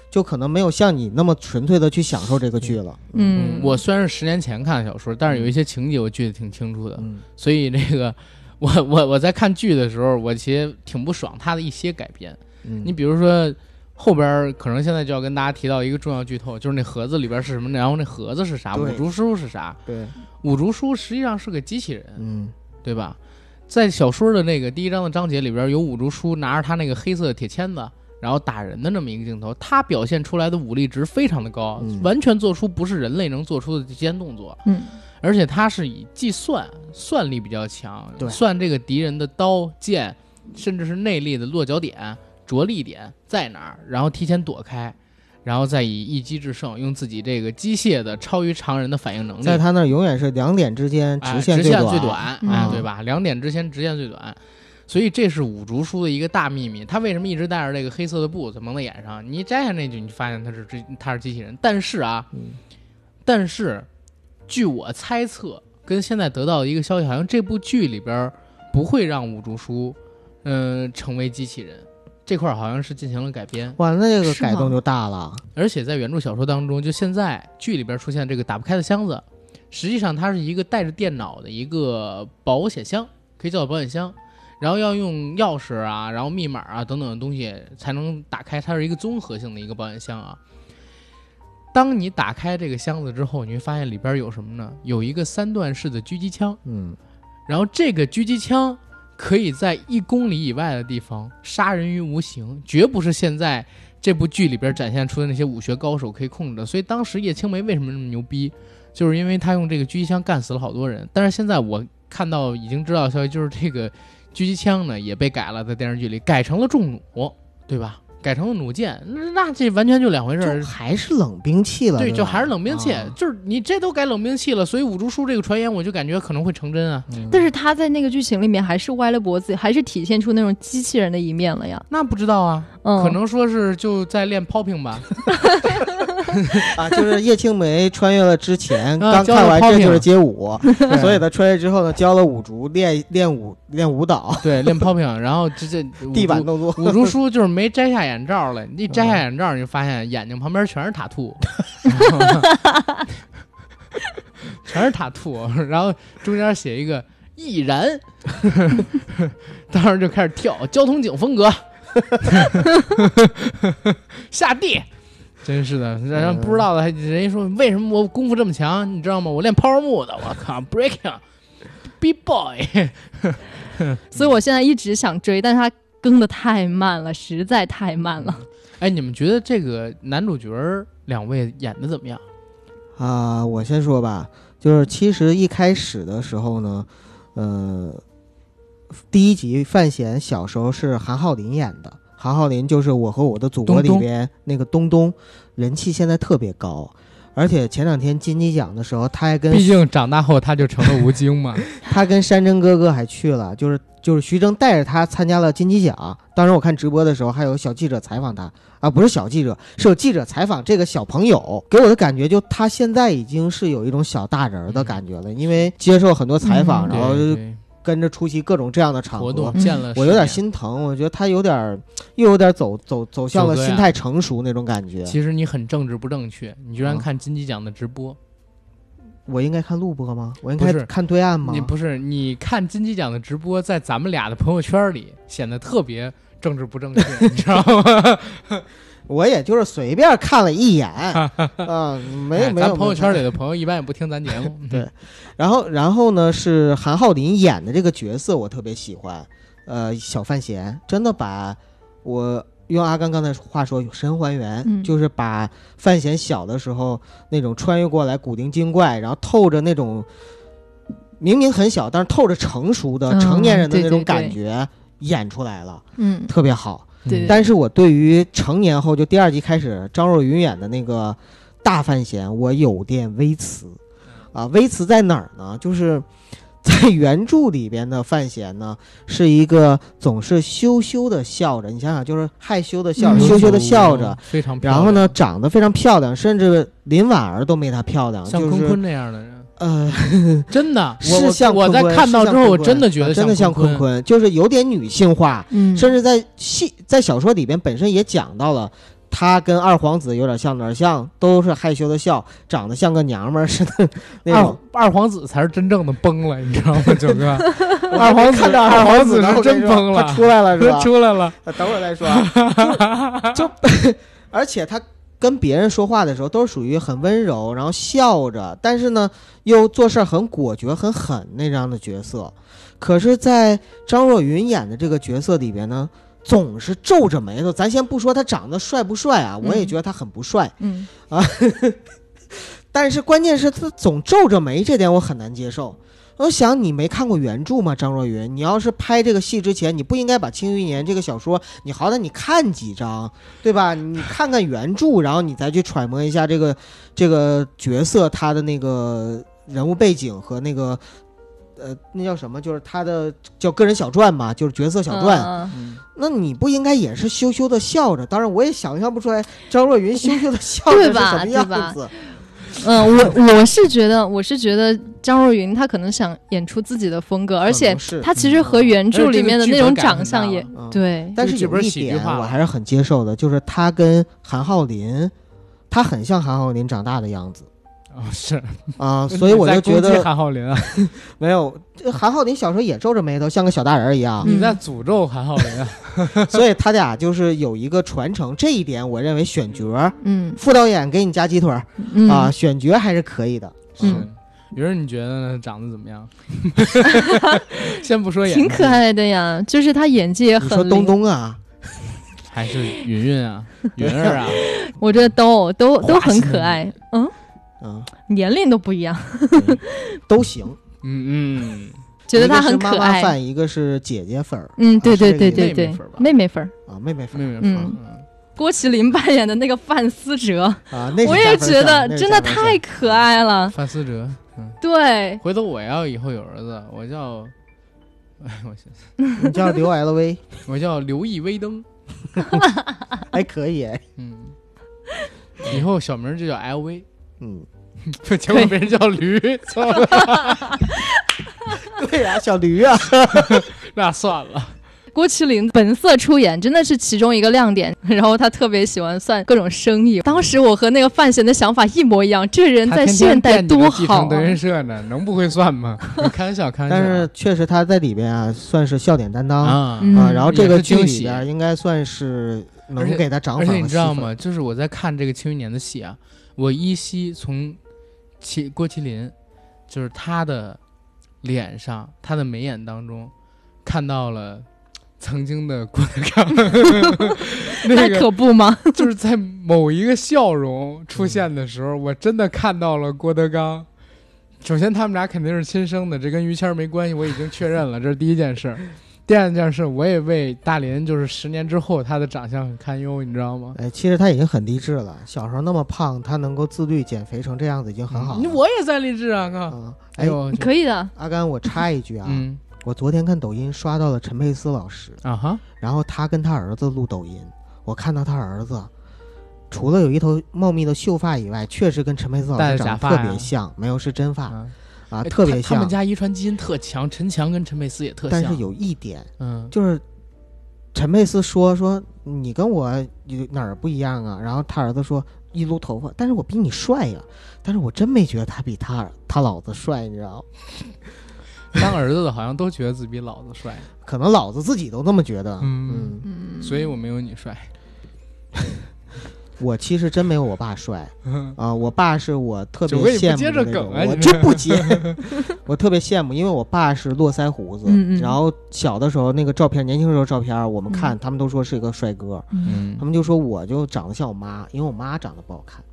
B: 就可能没有像你那么纯粹的去享受这个剧了。
C: 嗯，
A: 我虽然是十年前看的小说，但是有一些情节我记得挺清楚的，
B: 嗯，
A: 所以这个我我我在看剧的时候，我其实挺不爽他的一些改编。
B: 嗯
A: 你比如说。后边儿可能现在就要跟大家提到一个重要剧透，就是那盒子里边是什么，然后那盒子是啥，
B: 对
A: 五竹书是啥？
B: 对，
A: 五竹书实际上是个机器人，
B: 嗯
A: 对吧？在小说的那个第一章的章节里边，有五竹叔拿着他那个黑色的铁签子，然后打人的那么一个镜头，他表现出来的武力值非常的高，
B: 嗯
A: 完全做出不是人类能做出的极限动作，
C: 嗯，
A: 而且他是以计算算力比较强，
B: 对
A: 算这个敌人的刀剑，甚至是内力的落脚点、着力点在哪儿，然后提前躲开，然后再以一击制胜，用自己这个机械的超于常人的反应能力，
B: 在他那儿永远是两点之间
A: 哎
B: 直线
A: 最
B: 最
A: 短，
C: 嗯
A: 哎，对吧？两点之前直线最短，所以这是五竹叔的一个大秘密。他为什么一直戴着这个黑色的布子蒙在眼上？你一摘下那句，你就发现他是机，他是机器人。但是啊，
B: 嗯
A: 但是据我猜测，跟现在得到的一个消息，好像这部剧里边儿不会让五竹叔，嗯、成为机器人。这块儿好像是进行了改编，
B: 哇，那这个
C: 是吗
B: 改动就大了。
A: 而且在原著小说当中，就现在剧里边出现这个打不开的箱子，实际上它是一个带着电脑的一个保险箱，可以叫做保险箱。然后要用钥匙啊，然后密码啊等等的东西才能打开，它是一个综合性的一个保险箱啊。当你打开这个箱子之后，你会发现里边有什么呢？有一个三段式的狙击枪，
B: 嗯，
A: 然后这个狙击枪可以在一公里以外的地方杀人于无形，绝不是现在这部剧里边展现出的那些武学高手可以控制的。所以当时叶青梅为什么那么牛逼，就是因为他用这个狙击枪干死了好多人。但是现在我看到已经知道的消息，就是这个狙击枪呢也被改了，在电视剧里改成了重弩，对吧？改成了弩箭，那那这完全就两回事儿
B: 就。还哦是冷兵器了。
A: 对，
B: 吧
A: 就还是冷兵器，
B: 啊
A: 就是你这都改冷兵器了，所以五竹叔这个传言，我就感觉可能会成真啊。
B: 嗯
C: 但是他在那个剧情里面还是歪了脖子，还是体现出那种机器人的一面了呀。
A: 那不知道啊，
C: 嗯，
A: 可能说是就在练 popping 吧，
B: 啊，就是叶青梅穿越了之前，
A: 啊
B: 刚
A: 教
B: 看
A: 了
B: 完
A: popping
B: 这就是街舞， 所
A: 以
B: 以她穿越之后呢，教了五竹练练舞练舞蹈，
A: 对练 popping，然后这这
B: 地板 动作。
A: 五竹叔就是没摘下眼罩来，你一摘下眼罩，你就发现眼睛旁边全是塔兔， 全是塔兔，然后中间写一个易燃，当时就开始跳交通警风格，下地。真是的，让不知道的还人家说为什么我功夫这么强，你知道吗？我练抛儿木的，我靠，breaking b boy，
C: 所以我现在一直想追，但是他更的太慢了，实在太慢了。
A: 哎，你们觉得这个男主角儿两位演的怎么样？
B: 啊，我先说吧，就是其实一开始的时候呢，呃，第一集范闲小时候是韩浩林演的，韩浩林就是《我和我的祖国》
A: 东
B: 里
A: 东
B: 边那个东东，人气现在特别高。而且前两天金鸡奖的时候，他还跟
A: 毕竟长大后他就成了吴京 嘛。
B: 他跟山珍哥哥还去了，就是就是徐峥带着他参加了金鸡奖。当时我看直播的时候，还有小记者采访他啊，不是小记者，是有记者采访这个小朋友。给我的感觉就他现在已经是有一种小大人儿的感觉了，因为接受很多采访，
C: 嗯
B: 然后
A: 对
B: 就
A: 对
B: 跟着出席各种这样的场合
A: 活动见了，
B: 我有点。心疼，我觉得他有点儿又有点走走走向了
A: 走哥呀
B: 心态成熟那种感觉。
A: 其实你很政治不正确，你居然
B: 啊
A: 看金鸡奖的直播。
B: 我应该看录播吗？我应
A: 不
B: 该
A: 是
B: 看对岸吗
A: 你？不是你看金鸡奖的直播，在咱们俩的朋友圈里显得特别政治不正确， 你知道吗？
B: 我也就是随便看 了一眼，啊、没
A: 哎
B: 没
A: 咱
B: 有
A: 朋友
B: 没
A: 圈里的朋友一般也不听咱节目。
B: 对然后，然后呢是韩浩林演的这个角色，我特别喜欢。呃，小范闲真的把我用阿甘刚才话说有神还原，
C: 嗯
B: 就是把范闲小的时候那种穿越过来古灵精怪，然后透着那种明明很小，但是透着成熟的
C: 嗯
B: 成年人的
C: 对
B: 那种
C: 对
B: 感
C: 对
B: 觉、演出来了，
C: 嗯，
B: 特别好。
C: 对
B: 但是我对于成年后就第二集开始张若昀演的那个大范闲，我有点微词，啊，微词在哪儿呢？就是在原著里边的范闲呢，是一个总是羞羞的笑着，你想想，就是害羞的笑着，
C: 嗯
B: 羞羞的笑着，，
A: 非常漂亮。
B: 然后呢，长得非常漂亮，甚至林婉儿都没她漂亮，
A: 像
B: 就
A: 坤
B: 是
A: 坤这样的人，
B: 呃，
A: 真的，我
B: 是像
A: 我我
B: 坤
A: 在
B: 坤
A: 看
B: 是
A: 到
B: 像
A: 之后，我
B: 坤坤
A: 真的觉
B: 啊
A: 得
B: 真的像坤
A: 坤。
B: 坤，就是有点女性化，
C: 嗯，
B: 甚至在戏在小说里边本身也讲到了，他跟二皇子有点像，哪儿像都是害羞的笑，长得像个娘们儿似的那
A: 二
B: 种。
A: 二皇子才是真正的崩了，你知道吗，九 哥？二
B: 我
A: 皇子
B: 看到
A: 二
B: 皇
A: 皇子
B: 呢
A: 是
B: 我跟你
A: 真
B: 说
A: 崩了
B: 他出来了是吧？
A: 出来了，
B: 呃等会儿再说啊。就 就而且他跟别人说话的时候都是属于很温柔，然后笑着，但是呢又做事儿很果决、很狠那样的角色。可是，在张若昀演的这个角色里边呢，总是皱着眉头。咱先不说他长得帅不帅啊，我也
C: 嗯
B: 觉得他很不帅，
C: 嗯
B: 但是关键是他总皱着眉，这点我很难接受。我想你没看过原著吗？张若昀，你要是拍这个戏之前，你不应该把《庆余年》这个小说，你好歹你看几章，对吧？你看看原著，然后你再去揣摩一下这个这个角色他的那个人物背景和那个呃，那叫什么？就是他的叫个人小传嘛，就是角色小传。
C: 嗯
B: 那你不应该也是羞羞的笑着？当然，我也想象不出来张若昀羞羞的笑着是什
C: 对吧
B: 么
C: 对吧
B: 样子。
C: 嗯，我我是觉得，我是觉得张若昀他可能想演出自己的风格，而
B: 可
C: 且
B: 能是
C: 他其实和
B: 哎
C: 原著里面的那种长相也
A: 嗯
B: 嗯
C: 对，
B: 但
A: 这
B: 是
A: 剧
B: 有
A: 本
B: 一
A: 喜剧
B: 点
A: 化
B: 我
A: 了
B: 还是很接受的，就是他跟韩浩林，他很像韩浩林长大的样子
A: 啊、是，
B: 啊、所以我就觉
A: 你在攻击
B: 得
A: 韩浩林啊，
B: 没有这韩浩林小时候也皱着眉头，像个小大人一 样，
C: 嗯
A: 你在诅咒韩浩林啊，
B: 所以他俩就是有一个传承，这一点我认为选角儿
C: 嗯
B: 副导演给你加鸡腿儿、
C: 嗯
B: 啊，选角还是可以的。
C: 嗯
A: 是。鱼儿，你觉得呢？长得怎么样？先不说演，
C: 挺可，爱的呀，就是他演技也
B: 你
C: 很
B: 说东
C: 灵，
B: 东啊，
A: 还是云云啊，云儿啊，
C: 我觉得都都都很
A: 花
C: 可爱，嗯，
B: 嗯，
C: 年龄都不一样，
B: 都行。
A: 嗯嗯，
C: 觉得
B: 一个
C: 他
B: 是
C: 很
B: 妈
C: 可
B: 妈
C: 爱，
B: 范，一个是姐姐粉儿
C: 嗯，对
B: 啊是
C: 对
B: 这
C: 对
B: 个
C: 对
A: 意思妹
C: 对
A: 妹粉儿吧，
C: 妹妹粉儿，
B: 啊，妹妹粉
A: 妹妹
B: 儿
C: 嗯
A: 说，嗯
C: 郭麒麟扮演的那个范思哲，
B: 啊，那是
C: 我
B: 加
C: 也
B: 分
C: 觉
B: 项
C: 得
B: 那是
C: 真
B: 加
C: 的
B: 分
C: 太
B: 项
C: 可爱了，
A: 范思哲，嗯，
C: 对，
A: 回头我要以后有儿子，我叫，哎，我想
B: 你叫刘 LV
A: 我叫刘毅威登，
B: 还可以哎，
A: 嗯，以后小名就叫 LV，
B: 嗯。
A: 结果被人叫驴， 操
B: 对呀、小驴啊，
A: 那算 了，
C: 郭麒麟本色出演真的是其中一个亮点， 然后他特别喜欢算各种生意。当时我和那个范闲的想法一模一样，这人
A: 他
C: 在
A: 天天
C: 现代
A: 惦记着
C: 多
A: 继
C: 好
A: 承
C: 啊、
A: 德云社呢，能不会算 吗？开玩笑，开玩笑。
B: 但是确实他在里边啊，算是笑点担当啊。
A: 啊，
C: 嗯
B: 然后这
A: 也
B: 个
A: 是
B: 剧
A: 惊
B: 里
A: 喜
B: 边应该算是
A: 而且
B: 能给他涨
A: 而
B: 粉
A: 且
B: 和
A: 你
B: 吸
A: 知道
B: 粉。
A: 吗？就是我在看这个《庆余年》的戏啊，我依稀从麒郭麒麟，就是他的脸上、他的眉眼当中，看到了曾经的郭德纲， 那
C: 那
A: 个
C: 可不吗？
A: 就是在某一个笑容出现的时候，我真的看到了郭德纲。首先，他们俩肯定是亲生的，这跟于谦儿没关系，我已经确认了，这是第一件事。 第二件事，我也为大林就是十年之后他的长相很堪忧，你知道吗？
B: 哎，其实他已经很励志了。小时候那么胖，他能够自律减肥成这样子已经很好
A: 你
B: 了。
A: 我也在励志啊，靠！
B: 啊，
A: 哎
B: 哎
A: 呦，嗯我去
C: 可以的，
B: 阿甘，我插一句啊，
A: 嗯
B: 我昨天看抖音刷到了陈佩斯老师，
A: 啊哈，
B: 然后他跟他儿子录抖音，我看到他儿子。除了有一头茂密的秀发以外，确实跟陈佩斯老
A: 戴
B: 师
A: 着
B: 长得
A: 假发
B: 特别
A: 呀
B: 像，没有是真发
A: 啊
B: 啊，特别
A: 他。他们
B: 像。
A: 家遗传基因特强，陈强跟陈佩斯也特像。
B: 但是有一点，
A: 嗯，
B: 就是陈佩斯说说你跟我有哪儿不一样啊？然后他儿子说一撸头发，但是我比你帅呀、但是我真没觉得他比他他老子帅，你知道吗？
A: 当儿子的好像都觉得自己比老子帅，
B: 可能老子自己都这么觉得。
A: 嗯
B: 嗯
C: 嗯，
A: 所以我没有你帅。
B: 我其实真没有我爸帅
A: 嗯
B: 啊、我爸是我特别
A: 九哥你不
B: 羡慕
A: 接
B: 的
A: 着
B: 那
A: 梗
B: 种，
A: 啊
B: 我
A: 你
B: 真不接， 我特别羡慕，因为我爸是络腮胡子，
C: 嗯嗯
B: 然后小的时候那个照片，年轻时候照片，我们看、
C: 嗯
B: 他们都说是一个帅哥，
C: 嗯，
A: 嗯
B: 他们就说我就长得像我妈，因为我妈长得不好看。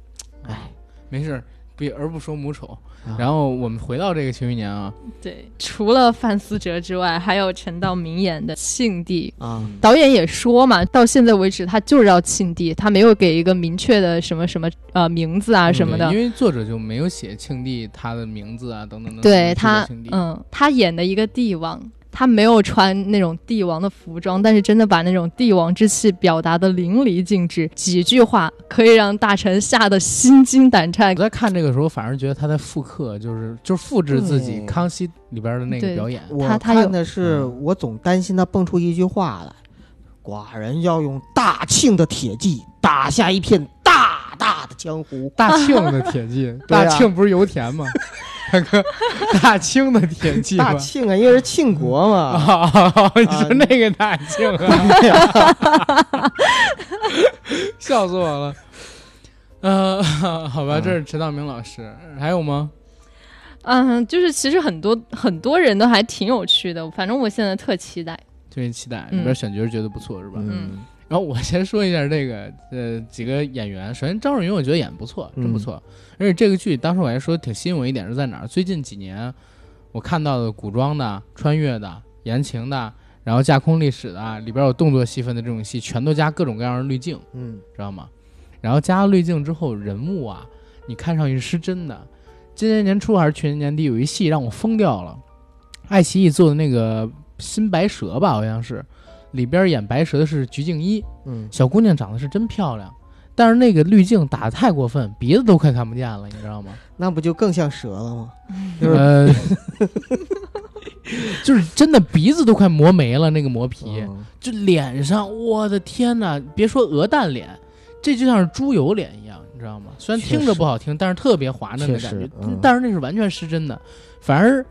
A: 哎，没事儿，比而不说母丑。
B: 啊
A: 然后我们回到这个《庆余年》啊，
C: 对，除了范思哲之外，还有陈道明演的庆帝。
A: 嗯
B: 啊，
C: 导演也说嘛，到现在为止，他就是要庆帝，他没有给一个明确的什么什么呃名字啊什么的
A: 嗯对。因为作者就没有写庆帝他的名字啊，等等等等。
C: 对
A: 没提过
C: 他
A: 庆帝，
C: 嗯，他演的一个帝王，他没有穿那种帝王的服装，但是真的把那种帝王之气表达的淋漓尽致，几句话可以让大臣吓得心惊 胆
A: 我
C: 战。
A: 在看这个时候，反而觉得他在复刻，就是就是复制自己
B: 对
A: 《康熙》里边的那个
C: 对
A: 表演。
B: 我
C: 他他有
B: 看的是，
A: 嗯
B: 我总担心他蹦出一句话来：“寡人要用大庆的铁骑打下一片大大的江湖。
A: 大庆的铁 骑，
B: 对啊
A: 大庆不是油田吗？ 大哥，大清的铁”骑
B: 大
A: 吗？
B: 庆啊，因为是庆国嘛。
A: 嗯啊，你说那个大庆啊，笑死我了。呃，好吧，
B: 嗯
A: 这是陈道明老师，还有吗？
C: 嗯，就是其实很多很多人都还挺有趣的，反正我现在特期待。
A: 特别期待，
C: 嗯
A: 里边选角儿觉得不错是吧？
D: 嗯
A: 然后我先说一下这个呃几个演员，首先张若昀我觉得演得不错，真不错。而且这个剧当时我还说挺吸引我一点是在哪儿？最近几年我看到的古装的、穿越的、言情的，然后架空历史的，里边有动作戏份的这种戏，全都加各种各样的滤镜，
B: 嗯
A: 知道吗？然后加了滤镜之后，人物啊，你看上去是真的。今年年初还是去年年底，有一戏让我疯掉了，爱奇艺做的那个《新白蛇》吧，好像是，里边演白蛇的是鞠婧祎。
B: 嗯，
A: 小姑娘长得是真漂亮，但是那个滤镜打得太过分，鼻子都快看不见了，你知道吗？
B: 那不就更像蛇了吗？就是
A: 呃， 就是真的鼻子都快磨没了，那个磨皮，
B: 嗯
A: 就脸上，我的天哪！别说鹅蛋脸，这就像是猪油脸一样，你知道吗？虽然听
B: 确
A: 着
B: 实
A: 不好听，但是特别滑嫩的
B: 确
A: 感
B: 实
A: 觉，
B: 嗯
A: 但是那是完全失真的。反而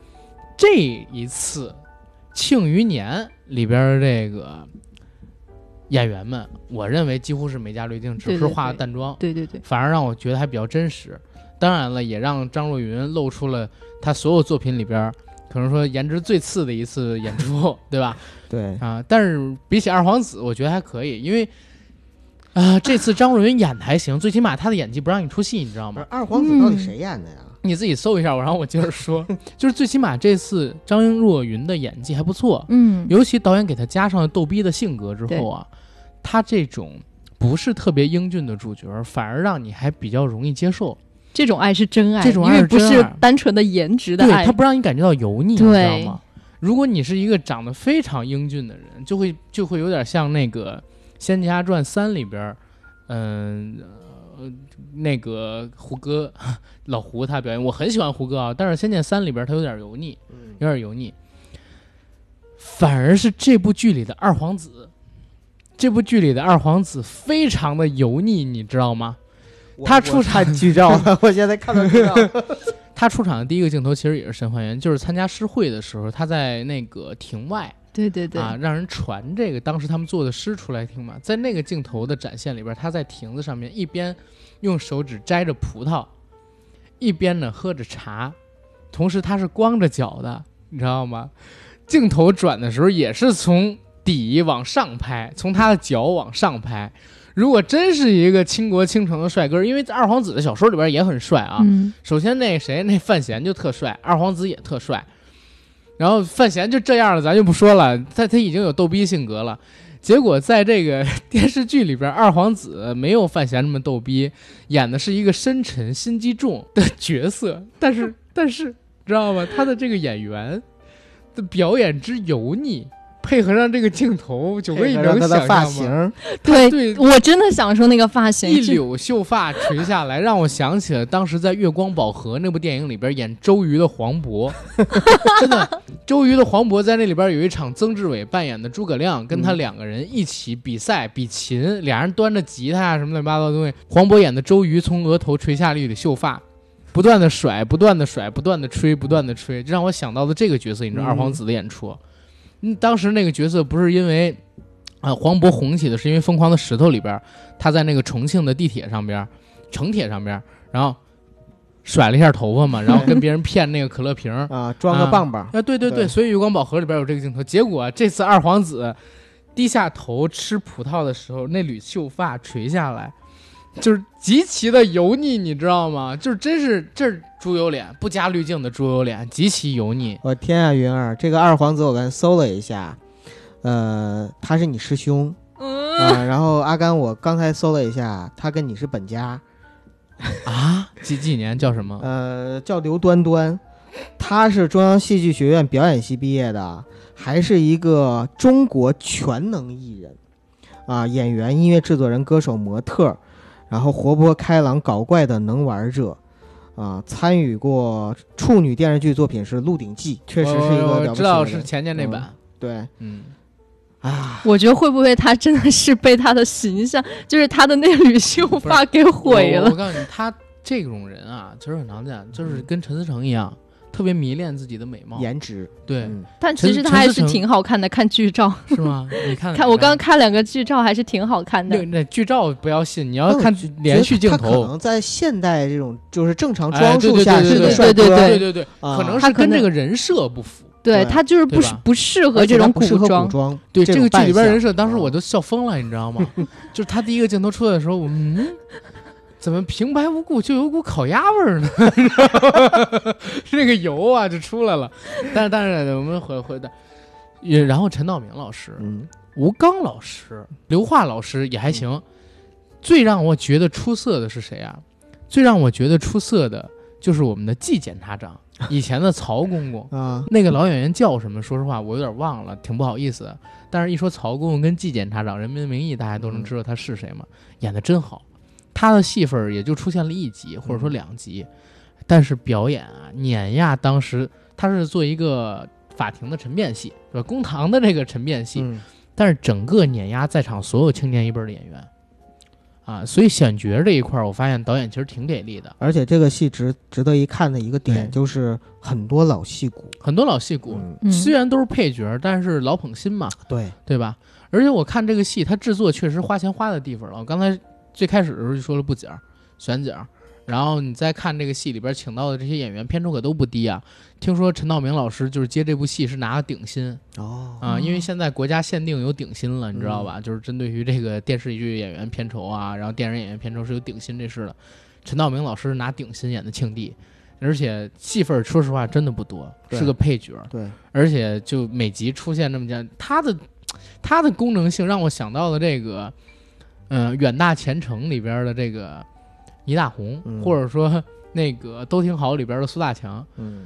A: 这一次《庆余年》里边儿这个演员们，我认为几乎是没加滤镜，只
C: 对
A: 是
C: 对
A: 化了
C: 对
A: 淡妆，
C: 对对对，
A: 反而让我觉得还比较真实。当然了，也让张若昀露出了他所有作品里边儿可能说颜值最次的一次演出，对吧？
B: 对，
A: 啊，但是比起二皇子，我觉得还可以，因为啊、这次张若昀演的还行， 最起码他的演技不让你出戏，你知道
B: 不是
A: 吗？
B: 二皇子到底谁演的呀？
A: 你自己搜一下，我然后我接着说， 就是最起码这次张若昀的演技还不错，
C: 嗯，
A: 尤其导演给他加上了逗逼的性格之后啊，他这种不是特别英俊的主角，反而让你还比较容易接受，
C: 这种爱是真爱，
A: 这种
C: 因
A: 爱
C: 为
A: 是
C: 不
A: 真
C: 是
A: 爱
C: 单纯的颜值的
A: 对
C: 爱
A: 他，不让你感觉到油腻，你知道
C: 对
A: 吗？如果你是一个长得非常英俊的人，就会就会有点像那个《仙剑奇侠传三》里边儿，嗯、呃那个胡歌 老胡他表演，我很喜欢胡歌啊，但是《仙剑三》里边儿他有点油腻，
B: 嗯
A: 有点油腻。反而是这部剧里的二皇子，这部剧里的二皇子非常的油腻，你知道吗？
B: 我
A: 他出
B: 我
A: 场
B: 看剧照了，我现在看到剧 照了，
A: 他出场的第一个镜头其实也是神还原，就是参加诗会的时候，他在那个庭外。
C: 对对对，
A: 啊，让人传这个当时他们做的诗出来听嘛。在那个镜头的展现里边，他在亭子上面一边用手指摘着葡萄，一边呢喝着茶，同时他是光着脚的，你知道吗？镜头转的时候也是从底往上拍，从他的脚往上拍。如果真是一个倾国倾城的帅哥，因为在二皇子的小说里边也很帅啊，
C: 嗯，
A: 首先那谁那范闲就特帅，二皇子也特帅，然后范闲就这样了，咱就不说了，他他已经有逗逼性格了。结果在这个电视剧里边，二皇子没有范闲那么逗逼，演的是一个深沉、心机重的角色。但 是，但是，知道吗？他的这个演员的表演之油腻，配合上这个镜头，九哥，你能
B: 他的
A: 想
B: 发
A: 象吗？
B: 型，
C: 对，
A: 对
C: 我真的想说那个发型，
A: 一
C: 就
A: 绺秀发垂下来，让我想起了当时在《月光宝盒》那部电影里边演周瑜的黄渤， 真的，周瑜的黄渤在那里边有一场曾志伟扮演的诸葛亮跟他
B: 嗯
A: 两个人一起比赛比琴，俩人端着吉他啊什么乱七八糟的东西，黄渤演的周瑜从额头垂下了一缕秀发。不断的甩，不断的甩，不断的吹，不断的吹，这让我想到了这个角色，你知道
B: 嗯，
A: 二皇子的演出，嗯，当时那个角色不是因为，啊、黄渤红起的是因为《疯狂的石头》里边，他在那个重庆的地铁上边，城铁上边，然后甩了一下头发嘛，然后跟别人骗那个可乐瓶儿
B: 啊，装个
A: 啊
B: 棒棒，
A: 啊，对对对，
B: 对
A: 所以《月光宝盒》里边有这个镜头。结果啊、这次二皇子低下头吃葡萄的时候，那缕秀发垂下来，就是极其的油腻，你知道吗？就是真是这是猪油脸，不加滤镜的猪油脸，极其油腻。
B: 我天啊，云儿，这个二皇子我刚才搜了一下，呃，他是你师兄，
D: 嗯，
B: 呃，然后阿甘我刚才搜了一下，他跟你是本家，
A: 啊，几几年叫什么？
B: 呃，叫刘端端，他是中央戏剧学院表演系毕业的，还是一个中国全能艺人，啊、演员、音乐制作人、歌手、模特儿，然后活泼开朗、搞怪的能玩者，啊、参与过处女电视剧作品是《鹿鼎记》，确实是一
A: 我
B: 个
A: 我
B: 了不起
A: 哦知
B: 的
A: 道
B: 人
A: 是前年那版，
B: 对
A: 嗯，
B: 啊，
C: 我觉得会不会他真的是被他的形象， 就是他的那缕秀发给毁
A: 我我我
C: 了？
A: 告诉你，他这种人啊，其实很常见，就是跟陈思诚一样，特别迷恋自己的美貌。
B: 嗯颜值，
A: 对，
B: 嗯
C: 但其实
A: 陈
C: 他还
A: 陈思
C: 是
A: 诚嗯
C: 挺好看的，看剧照，
A: 是吗？你看
C: 看我刚看两个剧照还是挺好看
A: 那
C: 的。
A: 那剧照不要信，你
B: 但
A: 要
B: 我
A: 看
B: 嗯觉得
A: 连续镜
B: 他可
A: 头。
B: 能在现代这种就是正常
A: 哎
B: 装
A: 对
B: 束
A: 对
B: 下
A: 对
B: 是
A: 对
B: 个
A: 对
B: 帅
C: 对
B: 哥，
A: 对对对，
B: 啊
A: 可能
C: 他
A: 是
C: 可
A: 跟这
C: 能
A: 个人设不符。
C: 对
B: 对
C: 他就是不
A: 对
C: 是
A: 吧
C: 不适合
B: 而且
C: 这
B: 它
C: 种
B: 不适合
C: 装
B: 古，装，
A: 对
B: 这
A: 这个剧里边人
B: 设
A: 设，当时我都笑疯了，你知道 吗？就是他第一个镜头出来的时候，我嗯，怎么平白无故就有股烤鸭味儿呢？ 那个油啊就出来了。但是但是我们回回的，也然后陈道明老师、
B: 嗯，
A: 吴刚老师、刘桦老师也还行。最让我觉得出色的是谁啊？最让我觉得出色的就是我们的季检察长，以前的曹公公。
B: 啊，
A: 那个老演员叫什么？说实话，我有点忘了，挺不好意思。但是，一说曹公公跟季检察长，《人民的名义》，大家都能知道他是谁嘛，演的真好。他的戏份儿也就出现了一集或者说两集，但是表演啊，碾压当时他是做一个法庭的陈辩戏，是吧？公堂的这个陈辩戏，
B: 嗯
A: 但是整个碾压在场所有青年一辈儿的演员，啊，所以选角这一块儿，我发现导演其实挺给力的，
B: 而且这个戏值值得一看的一个点
A: 对
B: 就是很多老戏骨，
A: 很多老戏骨。
B: 嗯，
C: 嗯
A: 虽然都是啊配角，但是老捧心嘛，
B: 对，
A: 对吧？而且我看这个戏，它制作确实花钱花的地方了。我刚才最开始的时候就说了布景儿、选景儿，然后你再看这个戏里边请到的这些演员，片酬可都不低啊。听说陈道明老师就是接这部戏是拿了顶薪
B: 哦，嗯
A: 啊、
C: 哦
A: 因为现在国家限定有顶薪了，你知道吧？就是针对于这个电视剧演员片酬啊，然后电影演员片酬是有顶薪这事的。陈道明老师是拿顶薪演的庆帝，而且戏份儿说实话真的不多，
B: 对
A: 是个配角。
B: 对，
A: 而且就每集出现这么讲，它的它的功能性让我想到了这个，嗯、远大前程里边的这个倪大红，
B: 嗯
A: 或者说那个都挺好里边的苏大强，
B: 嗯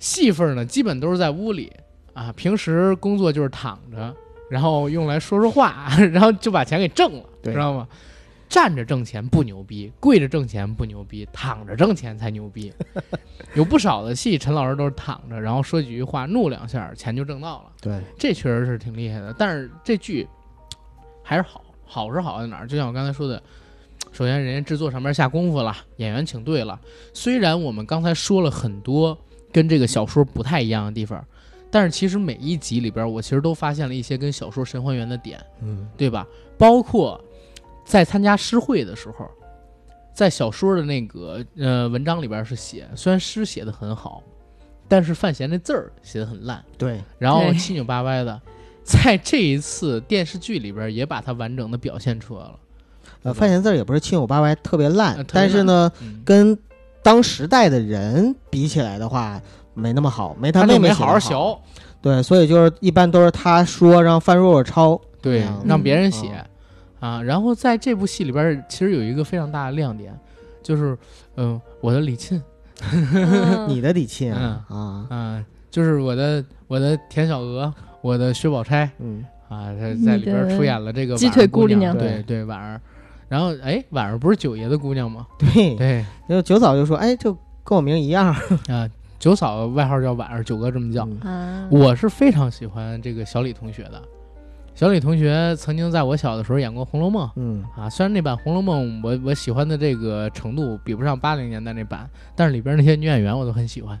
A: 戏份呢基本都是在屋里啊，平时工作就是躺着，然后用来说说话， 然后就把钱给挣了，
B: 对
A: 知道吗？站着挣钱不牛逼，跪着挣钱不牛逼，躺着挣钱才牛逼。有不少的戏，陈老师都是躺着，然后说几句话，怒两下，钱就挣到了。
B: 对，
A: 这确实是挺厉害的。但是这剧还是好，好是好在哪儿？就像我刚才说的，首先人家制作上面下功夫了，演员请对了。虽然我们刚才说了很多跟这个小说不太一样的地方，但是其实每一集里边，我其实都发现了一些跟小说神还原的点，
B: 嗯
A: 对吧？包括在参加诗会的时候。在小说的那个呃文章里边是写，虽然诗写的很好，但是范闲那字儿写的很烂，
B: 对，
A: 然后
C: 对
A: 七扭八歪的，在这一次电视剧里边也把它完整的表现出来了。对吧
B: 呃，范闲字儿也不是七扭八歪，特别
A: 呃
B: 烂，
A: 特别
B: 但是
A: 烂
B: 呢，
A: 嗯，
B: 跟当时代的人比起来的话，没那么好，没他
A: 都
B: 妹
A: 没
B: 妹写
A: 好
B: 得
A: 好
B: 好
A: 学，
B: 对，所以就是一般都是他说让范若若抄，
A: 对
B: 嗯，
A: 让别人写
B: 嗯
A: 啊。然后在这部戏里边，其实有一个非常大的亮点，就是嗯、我的李沁，
D: 嗯
B: 你的李沁啊啊，
A: 嗯、就是我的我的田小娥，我的薛宝钗
B: 嗯，
A: 啊，她在里边
C: 你的
A: 出演了这个
C: 鸡
A: 婉儿
C: 腿
A: 姑
C: 姑
A: 娘，
C: 娘
A: 对对婉儿。然后哎，婉儿不是九爷的姑娘吗？
B: 对，
A: 对
B: 然后九嫂就说，哎，就跟我名一 样，
A: 啊、九嫂外号叫婉儿，九哥这么叫。
B: 嗯
D: 啊，
A: 我是非常喜欢这个小李同学的。小李同学曾经在我小的时候演过《红楼梦
B: 嗯》
A: 啊，虽然那版《红楼梦》我我喜欢的这个程度比不上八零年代那版，但是里边那些女演员我都很喜欢，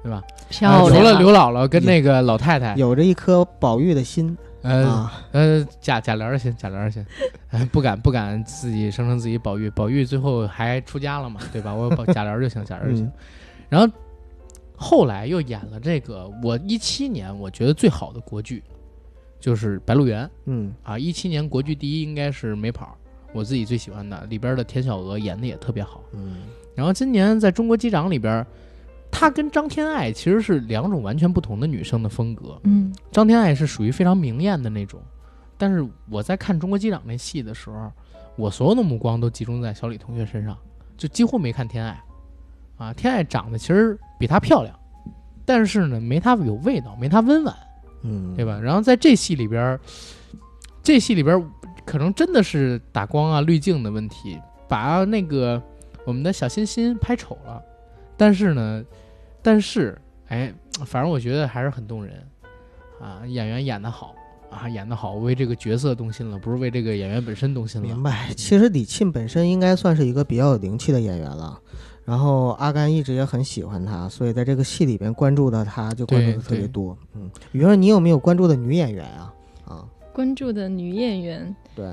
A: 对吧？
C: 漂
A: 呃
C: 亮
A: 除
C: 啊，
A: 了刘姥姥跟那个老太太，
B: 有着一颗宝玉的心
A: 呃、
B: 啊，
A: 呃，贾贾琏儿先，贾琏儿先，哎，不敢不敢自己声称自己宝玉，宝玉最后还出家了嘛，对吧？我有宝贾琏儿就行，贾琏儿就行。
B: 嗯
A: 然后后来又演了这个，我一七年我觉得最好的国剧就是《白鹿原》
B: 嗯
A: 啊，一七年国剧第一应该是《没跑》，我自己最喜欢的，里边的田小娥演的也特别好。
B: 嗯，
A: 然后今年在中国机长里边，她跟张天爱其实是两种完全不同的女生的风格。
C: 嗯
A: 张天爱是属于非常明艳的那种，但是我在看《中国机长》那戏的时候，我所有的目光都集中在小李同学身上，就几乎没看天爱。啊，天爱长得其实比她漂亮，但是呢，没她有味道，没她温婉，
B: 嗯，
A: 对吧？？然后在这戏里边儿，这戏里边儿可能真的是打光啊、滤镜的问题，把那个我们的小欣欣拍丑了。但是呢，但是哎，反正我觉得还是很动人啊，演员演得好啊，演得好，为这个角色动心了，不是为这个演员本身动心了
B: 明。白。其实李沁本身应该算是一个比较有灵气的演员了，然后阿甘一直也很喜欢她，所以在这个戏里边关注到她就关注的
A: 对
B: 特别
A: 对
B: 多。嗯，雨儿，你有没有关注的女演员啊？啊，
C: 关注的女演员，
A: 哦
B: 对，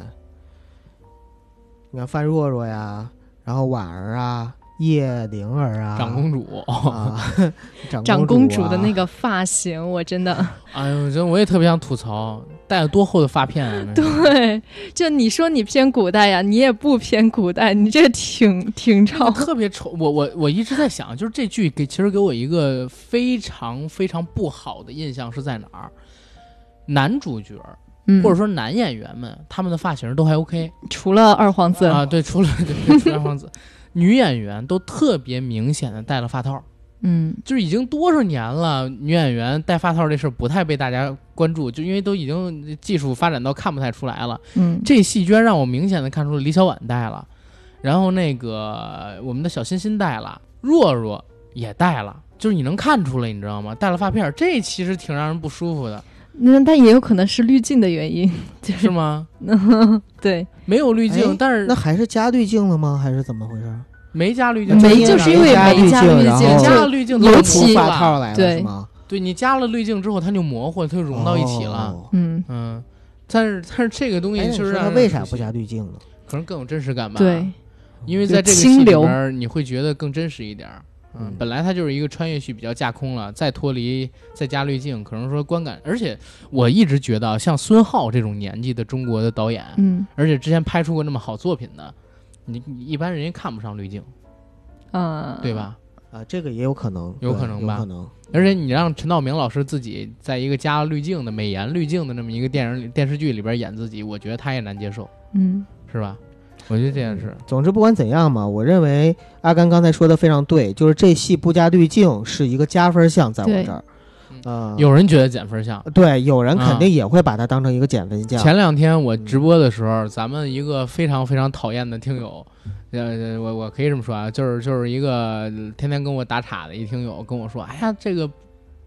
B: 你看范若若呀，然后婉儿啊，叶灵儿啊，
A: 长公主，
B: 啊， 长公
C: 长
B: 啊
C: 公主的那
B: 个，
C: 个发
A: 啊
C: 型，我真的
A: 哎呦，真我也特别想吐槽，戴了多厚的发片啊！那是
C: 对，就你说你偏古代呀，你也不偏古代，你这挺挺
A: 我
C: 超。
A: 特别丑，我我我一直在想，就是这剧给其实给我一个非常非常不好的印象是在哪儿？男主角
C: 嗯，
A: 或者说男演员们，他们的发型都还 OK
C: 除了二皇子，
A: 啊，对，除了对 除了王子，女演员都特别明显的戴了发套，
C: 嗯，
A: 就是已经多少年了，女演员戴发套这事儿不太被大家关注，就因为都已经技术发展到看不太出来了。
C: 嗯，
A: 这戏居然让我明显的看出了李小婉戴了，然后那个我们的小欣欣戴了，若若也戴了，就是你能看出来，你知道吗？戴了发片儿，这其实挺让人不舒服的，
C: 那但也有可能是滤镜的原因， 就是
A: 吗？
C: 对，
A: 没有滤镜，
B: 哎
A: 但是
B: 那还是加滤镜了吗？还是怎么回事？
A: 没加滤镜，
B: 那
C: 没
B: 这
C: 就是因为
B: 加
C: 没
B: 滤
C: 加
B: 镜
C: 滤
B: 然
C: 镜，
B: 后
A: 加
C: 就
A: 了滤镜
C: 尤
A: 就
C: 其
A: 糊
B: 出发
A: 了，
B: 套来了
C: 对
B: 是吗？
A: 对你加了滤镜之后，它就模糊，它就融到一起了，
B: 哦。
C: 嗯，
A: 嗯。但是但是这个东西
B: 哎，你
A: 就
B: 说
A: 是
B: 他
A: 让人
B: 为啥
A: 出
B: 不
A: 戏
B: 加？滤镜呢？
A: 可能更有真实感吧。
C: 对，，
A: 因为
C: 就
A: 在这个
C: 清
A: 戏里
C: 流
A: 边儿，你会觉得更真实一点儿。嗯
B: 嗯，
A: 本来它就是一个穿越剧，比较架空了，再脱离，再加滤镜，可能说观感。而且我一直觉得啊，像孙浩这种年纪的中国的导演，
C: 嗯
A: 而且之前拍出过那么好作品的，你你一般人家看不上滤镜，
C: 啊，
A: 对？吧？
B: 啊，这个也有可能，
A: 有
B: 对
A: 可能
B: 有
A: 吧
B: 可能。嗯
A: 而且你让陈道明老师自己在一个加了滤镜的美颜滤镜的那么一个电影里电视剧里边演自己，我觉得他也难接受，
C: 嗯
A: 是吧？我觉得这件事，
B: 总之，不管怎样嘛，我认为阿甘刚才说的非常对，就是这戏不加滤镜是一个加分项，在我
C: 对
B: 这儿。呃，
A: 嗯有人觉得减分项，
B: 对，有人肯
A: 啊
B: 定也会把它当成一个减分项。
A: 前两天我直播的时候，咱们一个非常非常讨厌的听友，呃，我我可以这么说啊，就是就是一个天天跟我打岔的一听友跟我说，哎呀，这个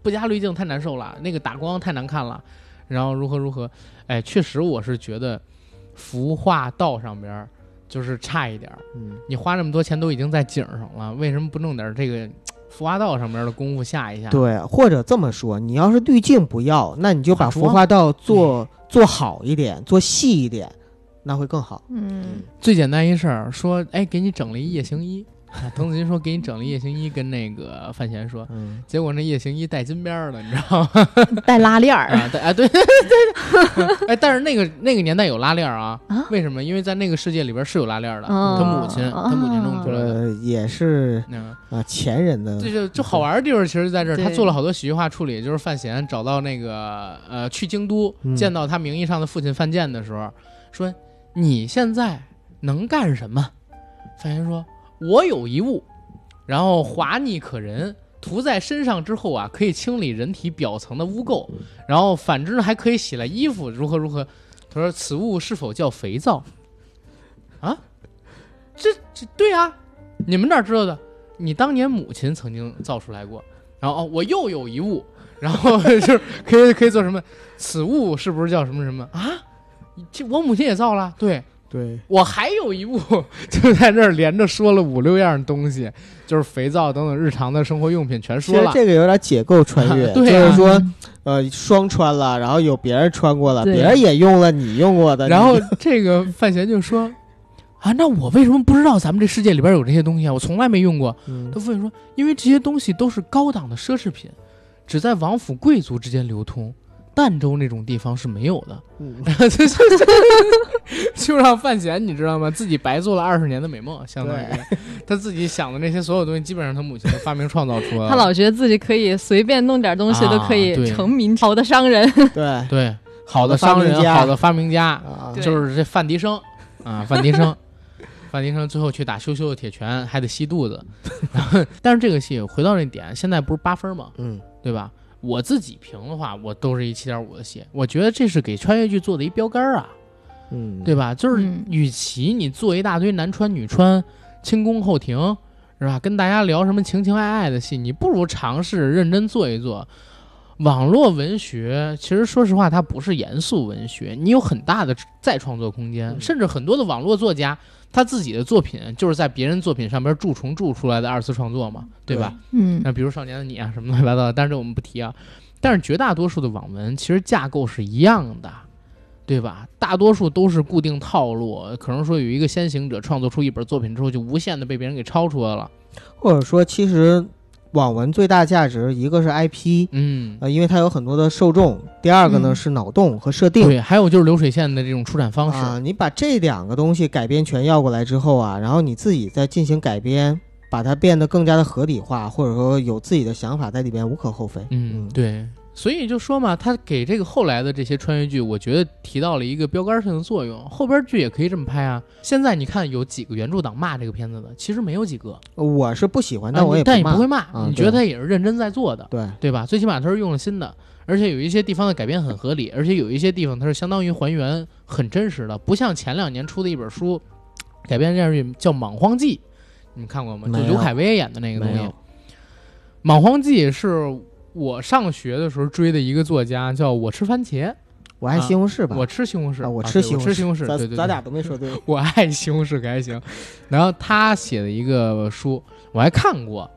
A: 不加滤镜太难受了，那个打光太难看了，然后如何如何，哎，确实我是觉得服化道上边儿就是差一点儿，
B: 嗯，
A: 你花这么多钱都已经在景儿上了，为什么不弄点儿这个服化道上面的功夫下一下？
B: 对，或者这么说，你要是滤镜不要，那你就把
A: 化
B: 服
A: 妆嗯
B: 化道做做好一点，做细一点，那会更好。
C: 嗯
A: 最简单一事儿，说哎，给你整了一夜行衣。啊滕子京说给你整了一夜行衣，跟那个范闲说，
B: 嗯，
A: 结果那夜行衣带金边儿的，你知道 吗？
C: 带拉链儿，
A: 啊，对，哎，对， 对，对哎，但是那个那个年代有拉链儿啊
C: 啊，
A: 为什么？因为在那个世界里边是有拉链儿的，
C: 哦
A: 他母亲，他母亲弄出来的。
B: 呃，也是
A: 嗯，
B: 啊、前人的
A: 这就就好玩儿的地方，其实在这儿，他
C: 对
A: 做了好多喜剧化处理。就是范闲找到那个呃，去京都
B: 嗯
A: 见到他名义上的父亲范建的时候，说：“你现在能干什么？”范闲说：“我有一物，然后滑腻可人，涂在身上之后啊，可以清理人体表层的污垢，然后反之呢，还可以洗来衣服，如何如何。”他说：“此物是否叫肥皂？”啊，这这对啊，你们哪知道的？你当年母亲曾经造出来过，然后哦，我又有一物，然后 就是可以可以做什么？此物是不是叫什么什么啊？这我母亲也造了，对
B: 对
A: 我还有一物，就在这儿连着说了五六样东西，就是肥皂等等日常的生活用品全
B: 其
A: 说
B: 实
A: 了。
B: 这个有点解构穿越，
A: 对
B: 就
A: 啊
B: 是说呃双穿了，然后有别人穿过了，
C: 对
B: 别人也用了你用过的，
A: 然后
B: 你
A: 这个范闲就说：“啊，那我为什么不知道咱们这世界里边有这些东西啊？我从来没用过。”
B: 嗯
A: 他父亲说：“因为这些东西都是高档的奢侈品，只在王府贵族之间流通，儋州那种地方是没有的。”
B: 嗯
A: 就让范闲，你知道吗？自己白做了二十年的美 梦，相当于他自己想的那些所有东西，基本上他母亲都发明创造出来了。
C: 他老觉得自己可以随便弄点东西都
A: 嗯
C: 可
A: 啊
C: 以
A: 对
C: 成名好的商人，
B: 对
A: 对好
B: 的
A: 的商
B: 发明
A: 人，
B: 家
A: 好的发明家，
B: 啊，
C: 对
A: 就是这范迪生 啊，范迪生，范迪生最后去打羞羞的铁拳，还得吸肚子。 然后，但是这个戏回到那点，现在不是八分吗？
B: 嗯
A: 对吧？我自己评的话，我都是一七点五的戏，我觉得这是给穿越剧做的一标杆儿啊。
B: 嗯，
A: 对吧？就是
C: 嗯
A: 与其你做一大堆男穿女穿、清宫后庭，是吧？跟大家聊什么情情爱爱的戏，你不如尝试认真做一做。网络文学其实说实话，它不是严肃文学，你有很大的再创作空间，
B: 嗯
A: 甚至很多的网络作家。他自己的作品就是在别人作品上边蛀虫蛀出来的二次创作嘛，对吧？
C: 嗯
A: 那比如《少年的你》啊，什么乱七八糟的，但是这我们不提啊。但是绝大多数的网文其实架构是一样的，对吧？大多数都是固定套路，可能说有一个先行者创作出一本作品之后，就无限的被别人给抄出来了。
B: 或者说，其实网文最大价值一个是 IP，
A: 嗯，
B: 呃，因为它有很多的受众；第二个呢、
C: 嗯
B: 是脑洞和设定。
A: 对，还有就是流水线的这种出产方式，嗯
B: 啊，你把这两个东西改编权要过来之后啊，然后你自己再进行改编，把它变得更加的合理化，或者说有自己的想法在里边，无可厚非。
A: 嗯，对，所以就说嘛，他给这个后来的这些穿越剧，我觉得提到了一个标杆性的作用。后边剧也可以这么拍啊。现在你看有几个原著党骂这个片子的，其实没有几个，
B: 我是不喜欢，
A: 啊
B: 啊但我也
A: 你但你
B: 骂。
A: 不会骂，
B: 啊
A: 你
B: 对
A: 觉得他也是认真在做的，
B: 对，
A: 对吧？最起码他是用了心的，而且有一些地方的改编很合理，而且有一些地方它是相当于还原很真实的，不像前两年出的一本书改编电视剧叫《莽荒纪》，你们看过吗？
B: 没
A: 就
B: 有
A: 刘恺威演的那个东西，
B: 没有
A: 《莽荒纪》是我上学的时候追的一个作家，叫我吃番茄，
B: 我爱西红柿吧。
A: 我吃西红柿，
B: 啊，我
A: 啊
B: 吃
A: 对
B: 西
A: 我
B: 红柿，
A: 吃西红柿，
B: 咱
A: 对对对，
B: 咱俩都没说对。
A: 我爱西红柿可还行。然后他写的一个书，我还看过。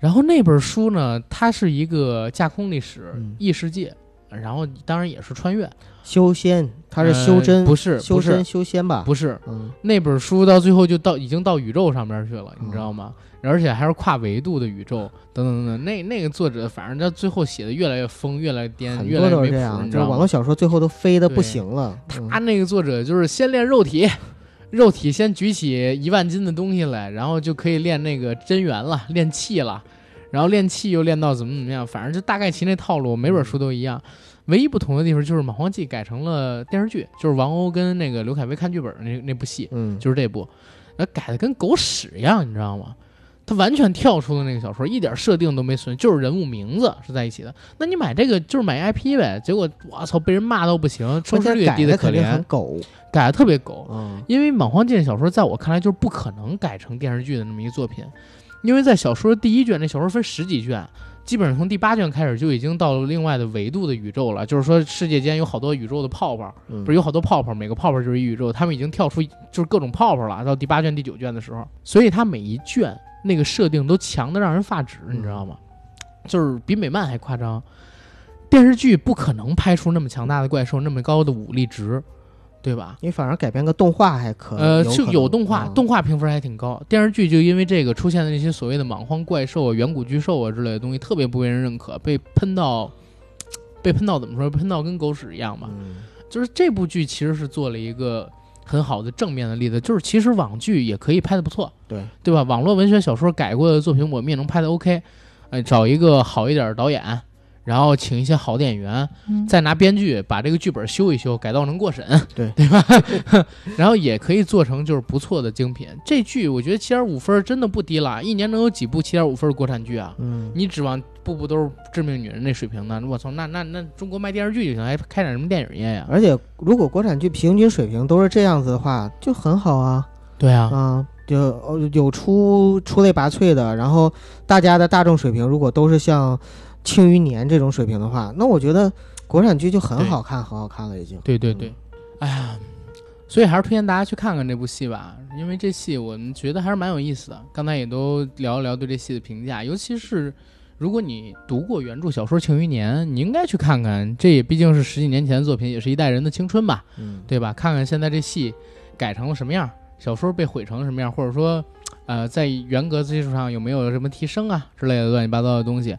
A: 然后那本书呢，它是一个架空历史、
B: 嗯
A: 异世界，然后当然也是穿越。
B: 修仙，它是
A: 呃
B: 修真，
A: 不是
B: 修
A: 不是
B: 真修仙吧？
A: 不是
B: 嗯，
A: 那本书到最后就到已经到宇宙上面去了，你知道
B: 嗯
A: 吗？而且还是跨维度的宇宙，等等等等。那那个作者反正到最后写的越来越疯，越来越颠，
B: 很
A: 越
B: 多
A: 来越
B: 都
A: 没
B: 是这
A: 谱，
B: 样，
A: 你知
B: 就是
A: 道
B: 网
A: 吗
B: 络？小说最后都飞的不
A: 对
B: 行了。嗯
A: 他那个作者就是先练肉体， 肉体先举起一万斤的东西来，然后就可以练那个真元了，练气了，然后练气又练到怎么怎么样，反正就大概其那套路，每本书都一样。唯一不同的地方就是《莽荒纪》改成了电视剧，就是王鸥跟那个刘恺威看剧本那那部戏，
B: 嗯，嗯，
A: 就是这部，然后改的跟狗屎一样，你知道吗？它完全跳出了那个小说，一点设定都没损，就是人物名字是在一起的。那你买这个就是买 IP 呗，结果我操，被人骂到不行，收视
B: 关键
A: 率也
B: 改
A: 低
B: 的
A: 的可
B: 肯定
A: 怜
B: 很，狗。
A: 改的特别狗。
B: 嗯，
A: 因为《莽荒纪》的小说在我看来就是不可能改成电视剧的那么一个作品，因为在小说第一卷，那小说分十几卷，基本上从第八卷开始就已经到了另外的维度的宇宙了，就是说世界间有好多宇宙的泡泡，
B: 嗯
A: 不是有好多泡泡，每个泡泡就是一宇宙，他们已经跳出就是各种泡泡了。到第八卷、第九卷的时候，所以它每一卷那个设定都强的让人发指，
B: 嗯
A: 你知道吗？就是比美漫还夸张。电视剧不可能拍出那么强大的怪兽，那么高的武力值，对吧？
B: 你反而改编个动画还可，
A: 呃，
B: 有
A: 就
B: 可
A: 有
B: 能
A: 动画，
B: 嗯
A: 动画评分还挺高。电视剧就因为这个出现的那些所谓的莽荒怪兽啊、远古巨兽啊之类的东西，特别不被人认可，被喷到，被喷到怎么说？被喷到跟狗屎一样吧。
B: 嗯
A: 就是这部剧其实是做了一个很好的正面的例子，就是其实网剧也可以拍的不错，
B: 对
A: 对吧？网络文学小说改过的作品，我们也能拍的 OK。呃，找一个好一点的导演，然后请一些好的演员，
C: 嗯
A: 再拿编剧把这个剧本修一修，改到能过审，
B: 对
A: 对吧？ 然后也可以做成就是不错的精品。这剧我觉得七点五分真的不低了，一年能有几部七点五分的国产剧啊？
B: 嗯，
A: 你指望步步都是致命女人那水平呢？我操，那那那中国卖电视剧就行，还开展什么电影业呀？
B: 而且如果国产剧平均水平都是这样子的话，就很好啊
A: 对啊，
B: 啊。就呃有出出类拔萃的，然后大家的大众水平如果都是像《庆余年》这种水平的话，那我觉得国产剧就很
A: 对
B: 好看，很好看了已经。
A: 对对对，哎呀，所以还是推荐大家去看看这部戏吧，因为这戏我们觉得还是蛮有意思的。刚才也都聊一聊对这戏的评价，尤其是如果你读过原著小说《庆余年》，你应该去看看，这也毕竟是十几年前的作品，也是一代人的青春吧，
B: 嗯，
A: 对吧？看看现在这戏改成了什么样，小说被毁成了什么样，或者说，呃，在原格基础上有没有什么提升啊之类的乱七八糟的东西。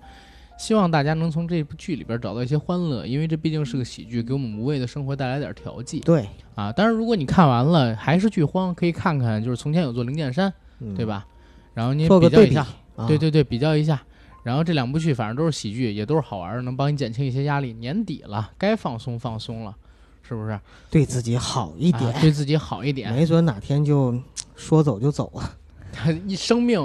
A: 希望大家能从这部剧里边找到一些欢乐，因为这毕竟是个喜剧，给我们无谓的生活带来点调剂
B: 对，
A: 啊。当然，如果你看完了还是剧荒，可以看看就是从前有座灵剑山，
B: 嗯
A: 对？吧？然后你
B: 做个
A: 比较
B: 对
A: 一
B: 比
A: 下，，
B: 啊
A: 对对对，比较一下。然后这两部剧反正都是喜剧，也都是好玩的，能帮你减轻一些压力。年底了，该放松放松了，是啊不是？
B: 对自己好一点，
A: 啊对自己好一点。
B: 没准哪天就说走就走了。
A: 一生命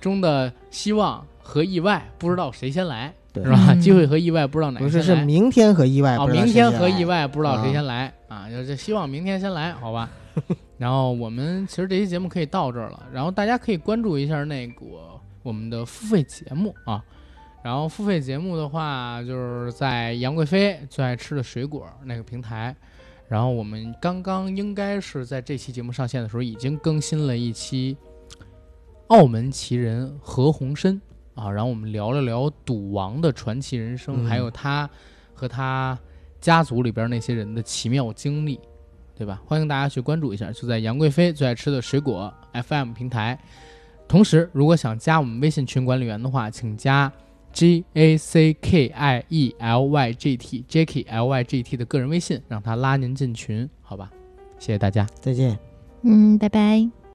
A: 中的希望和意外，不知道谁先来，
B: 对
A: 是吧？
C: 嗯
A: 机会和意外不知道哪
B: 不
A: 个
B: 是，
A: 先
B: 是
A: 来。
B: 明天和意外，
A: 哦，
B: 不知道
A: 明
B: 谁
A: 天
B: 先
A: 和
B: 来
A: 意外不知道谁先来啊，就是希望明天先来，好 吧？然后我们其实这期节目可以到这儿了，然后大家可以关注一下那个我们的付费节目啊。然后付费节目的话，就是在杨贵妃最爱吃的水果那个平台。然后我们刚刚应该是在这期节目上线的时候，已经更新了一期澳门奇人何鸿燊啊，然后我们聊了聊赌王的传奇人生，
B: 嗯
A: 还有他和他家族里边那些人的奇妙经历，对吧？欢迎大家去关注一下，就在杨贵妃最爱吃的水果 FM 平台。同时，如果想加我们微信群管理员的话，请加 G A C K I E L Y G T Jacky L Y G T 的个人微信，让他拉您进群，好吧？谢谢大家。
B: 再见。
C: 嗯，拜拜。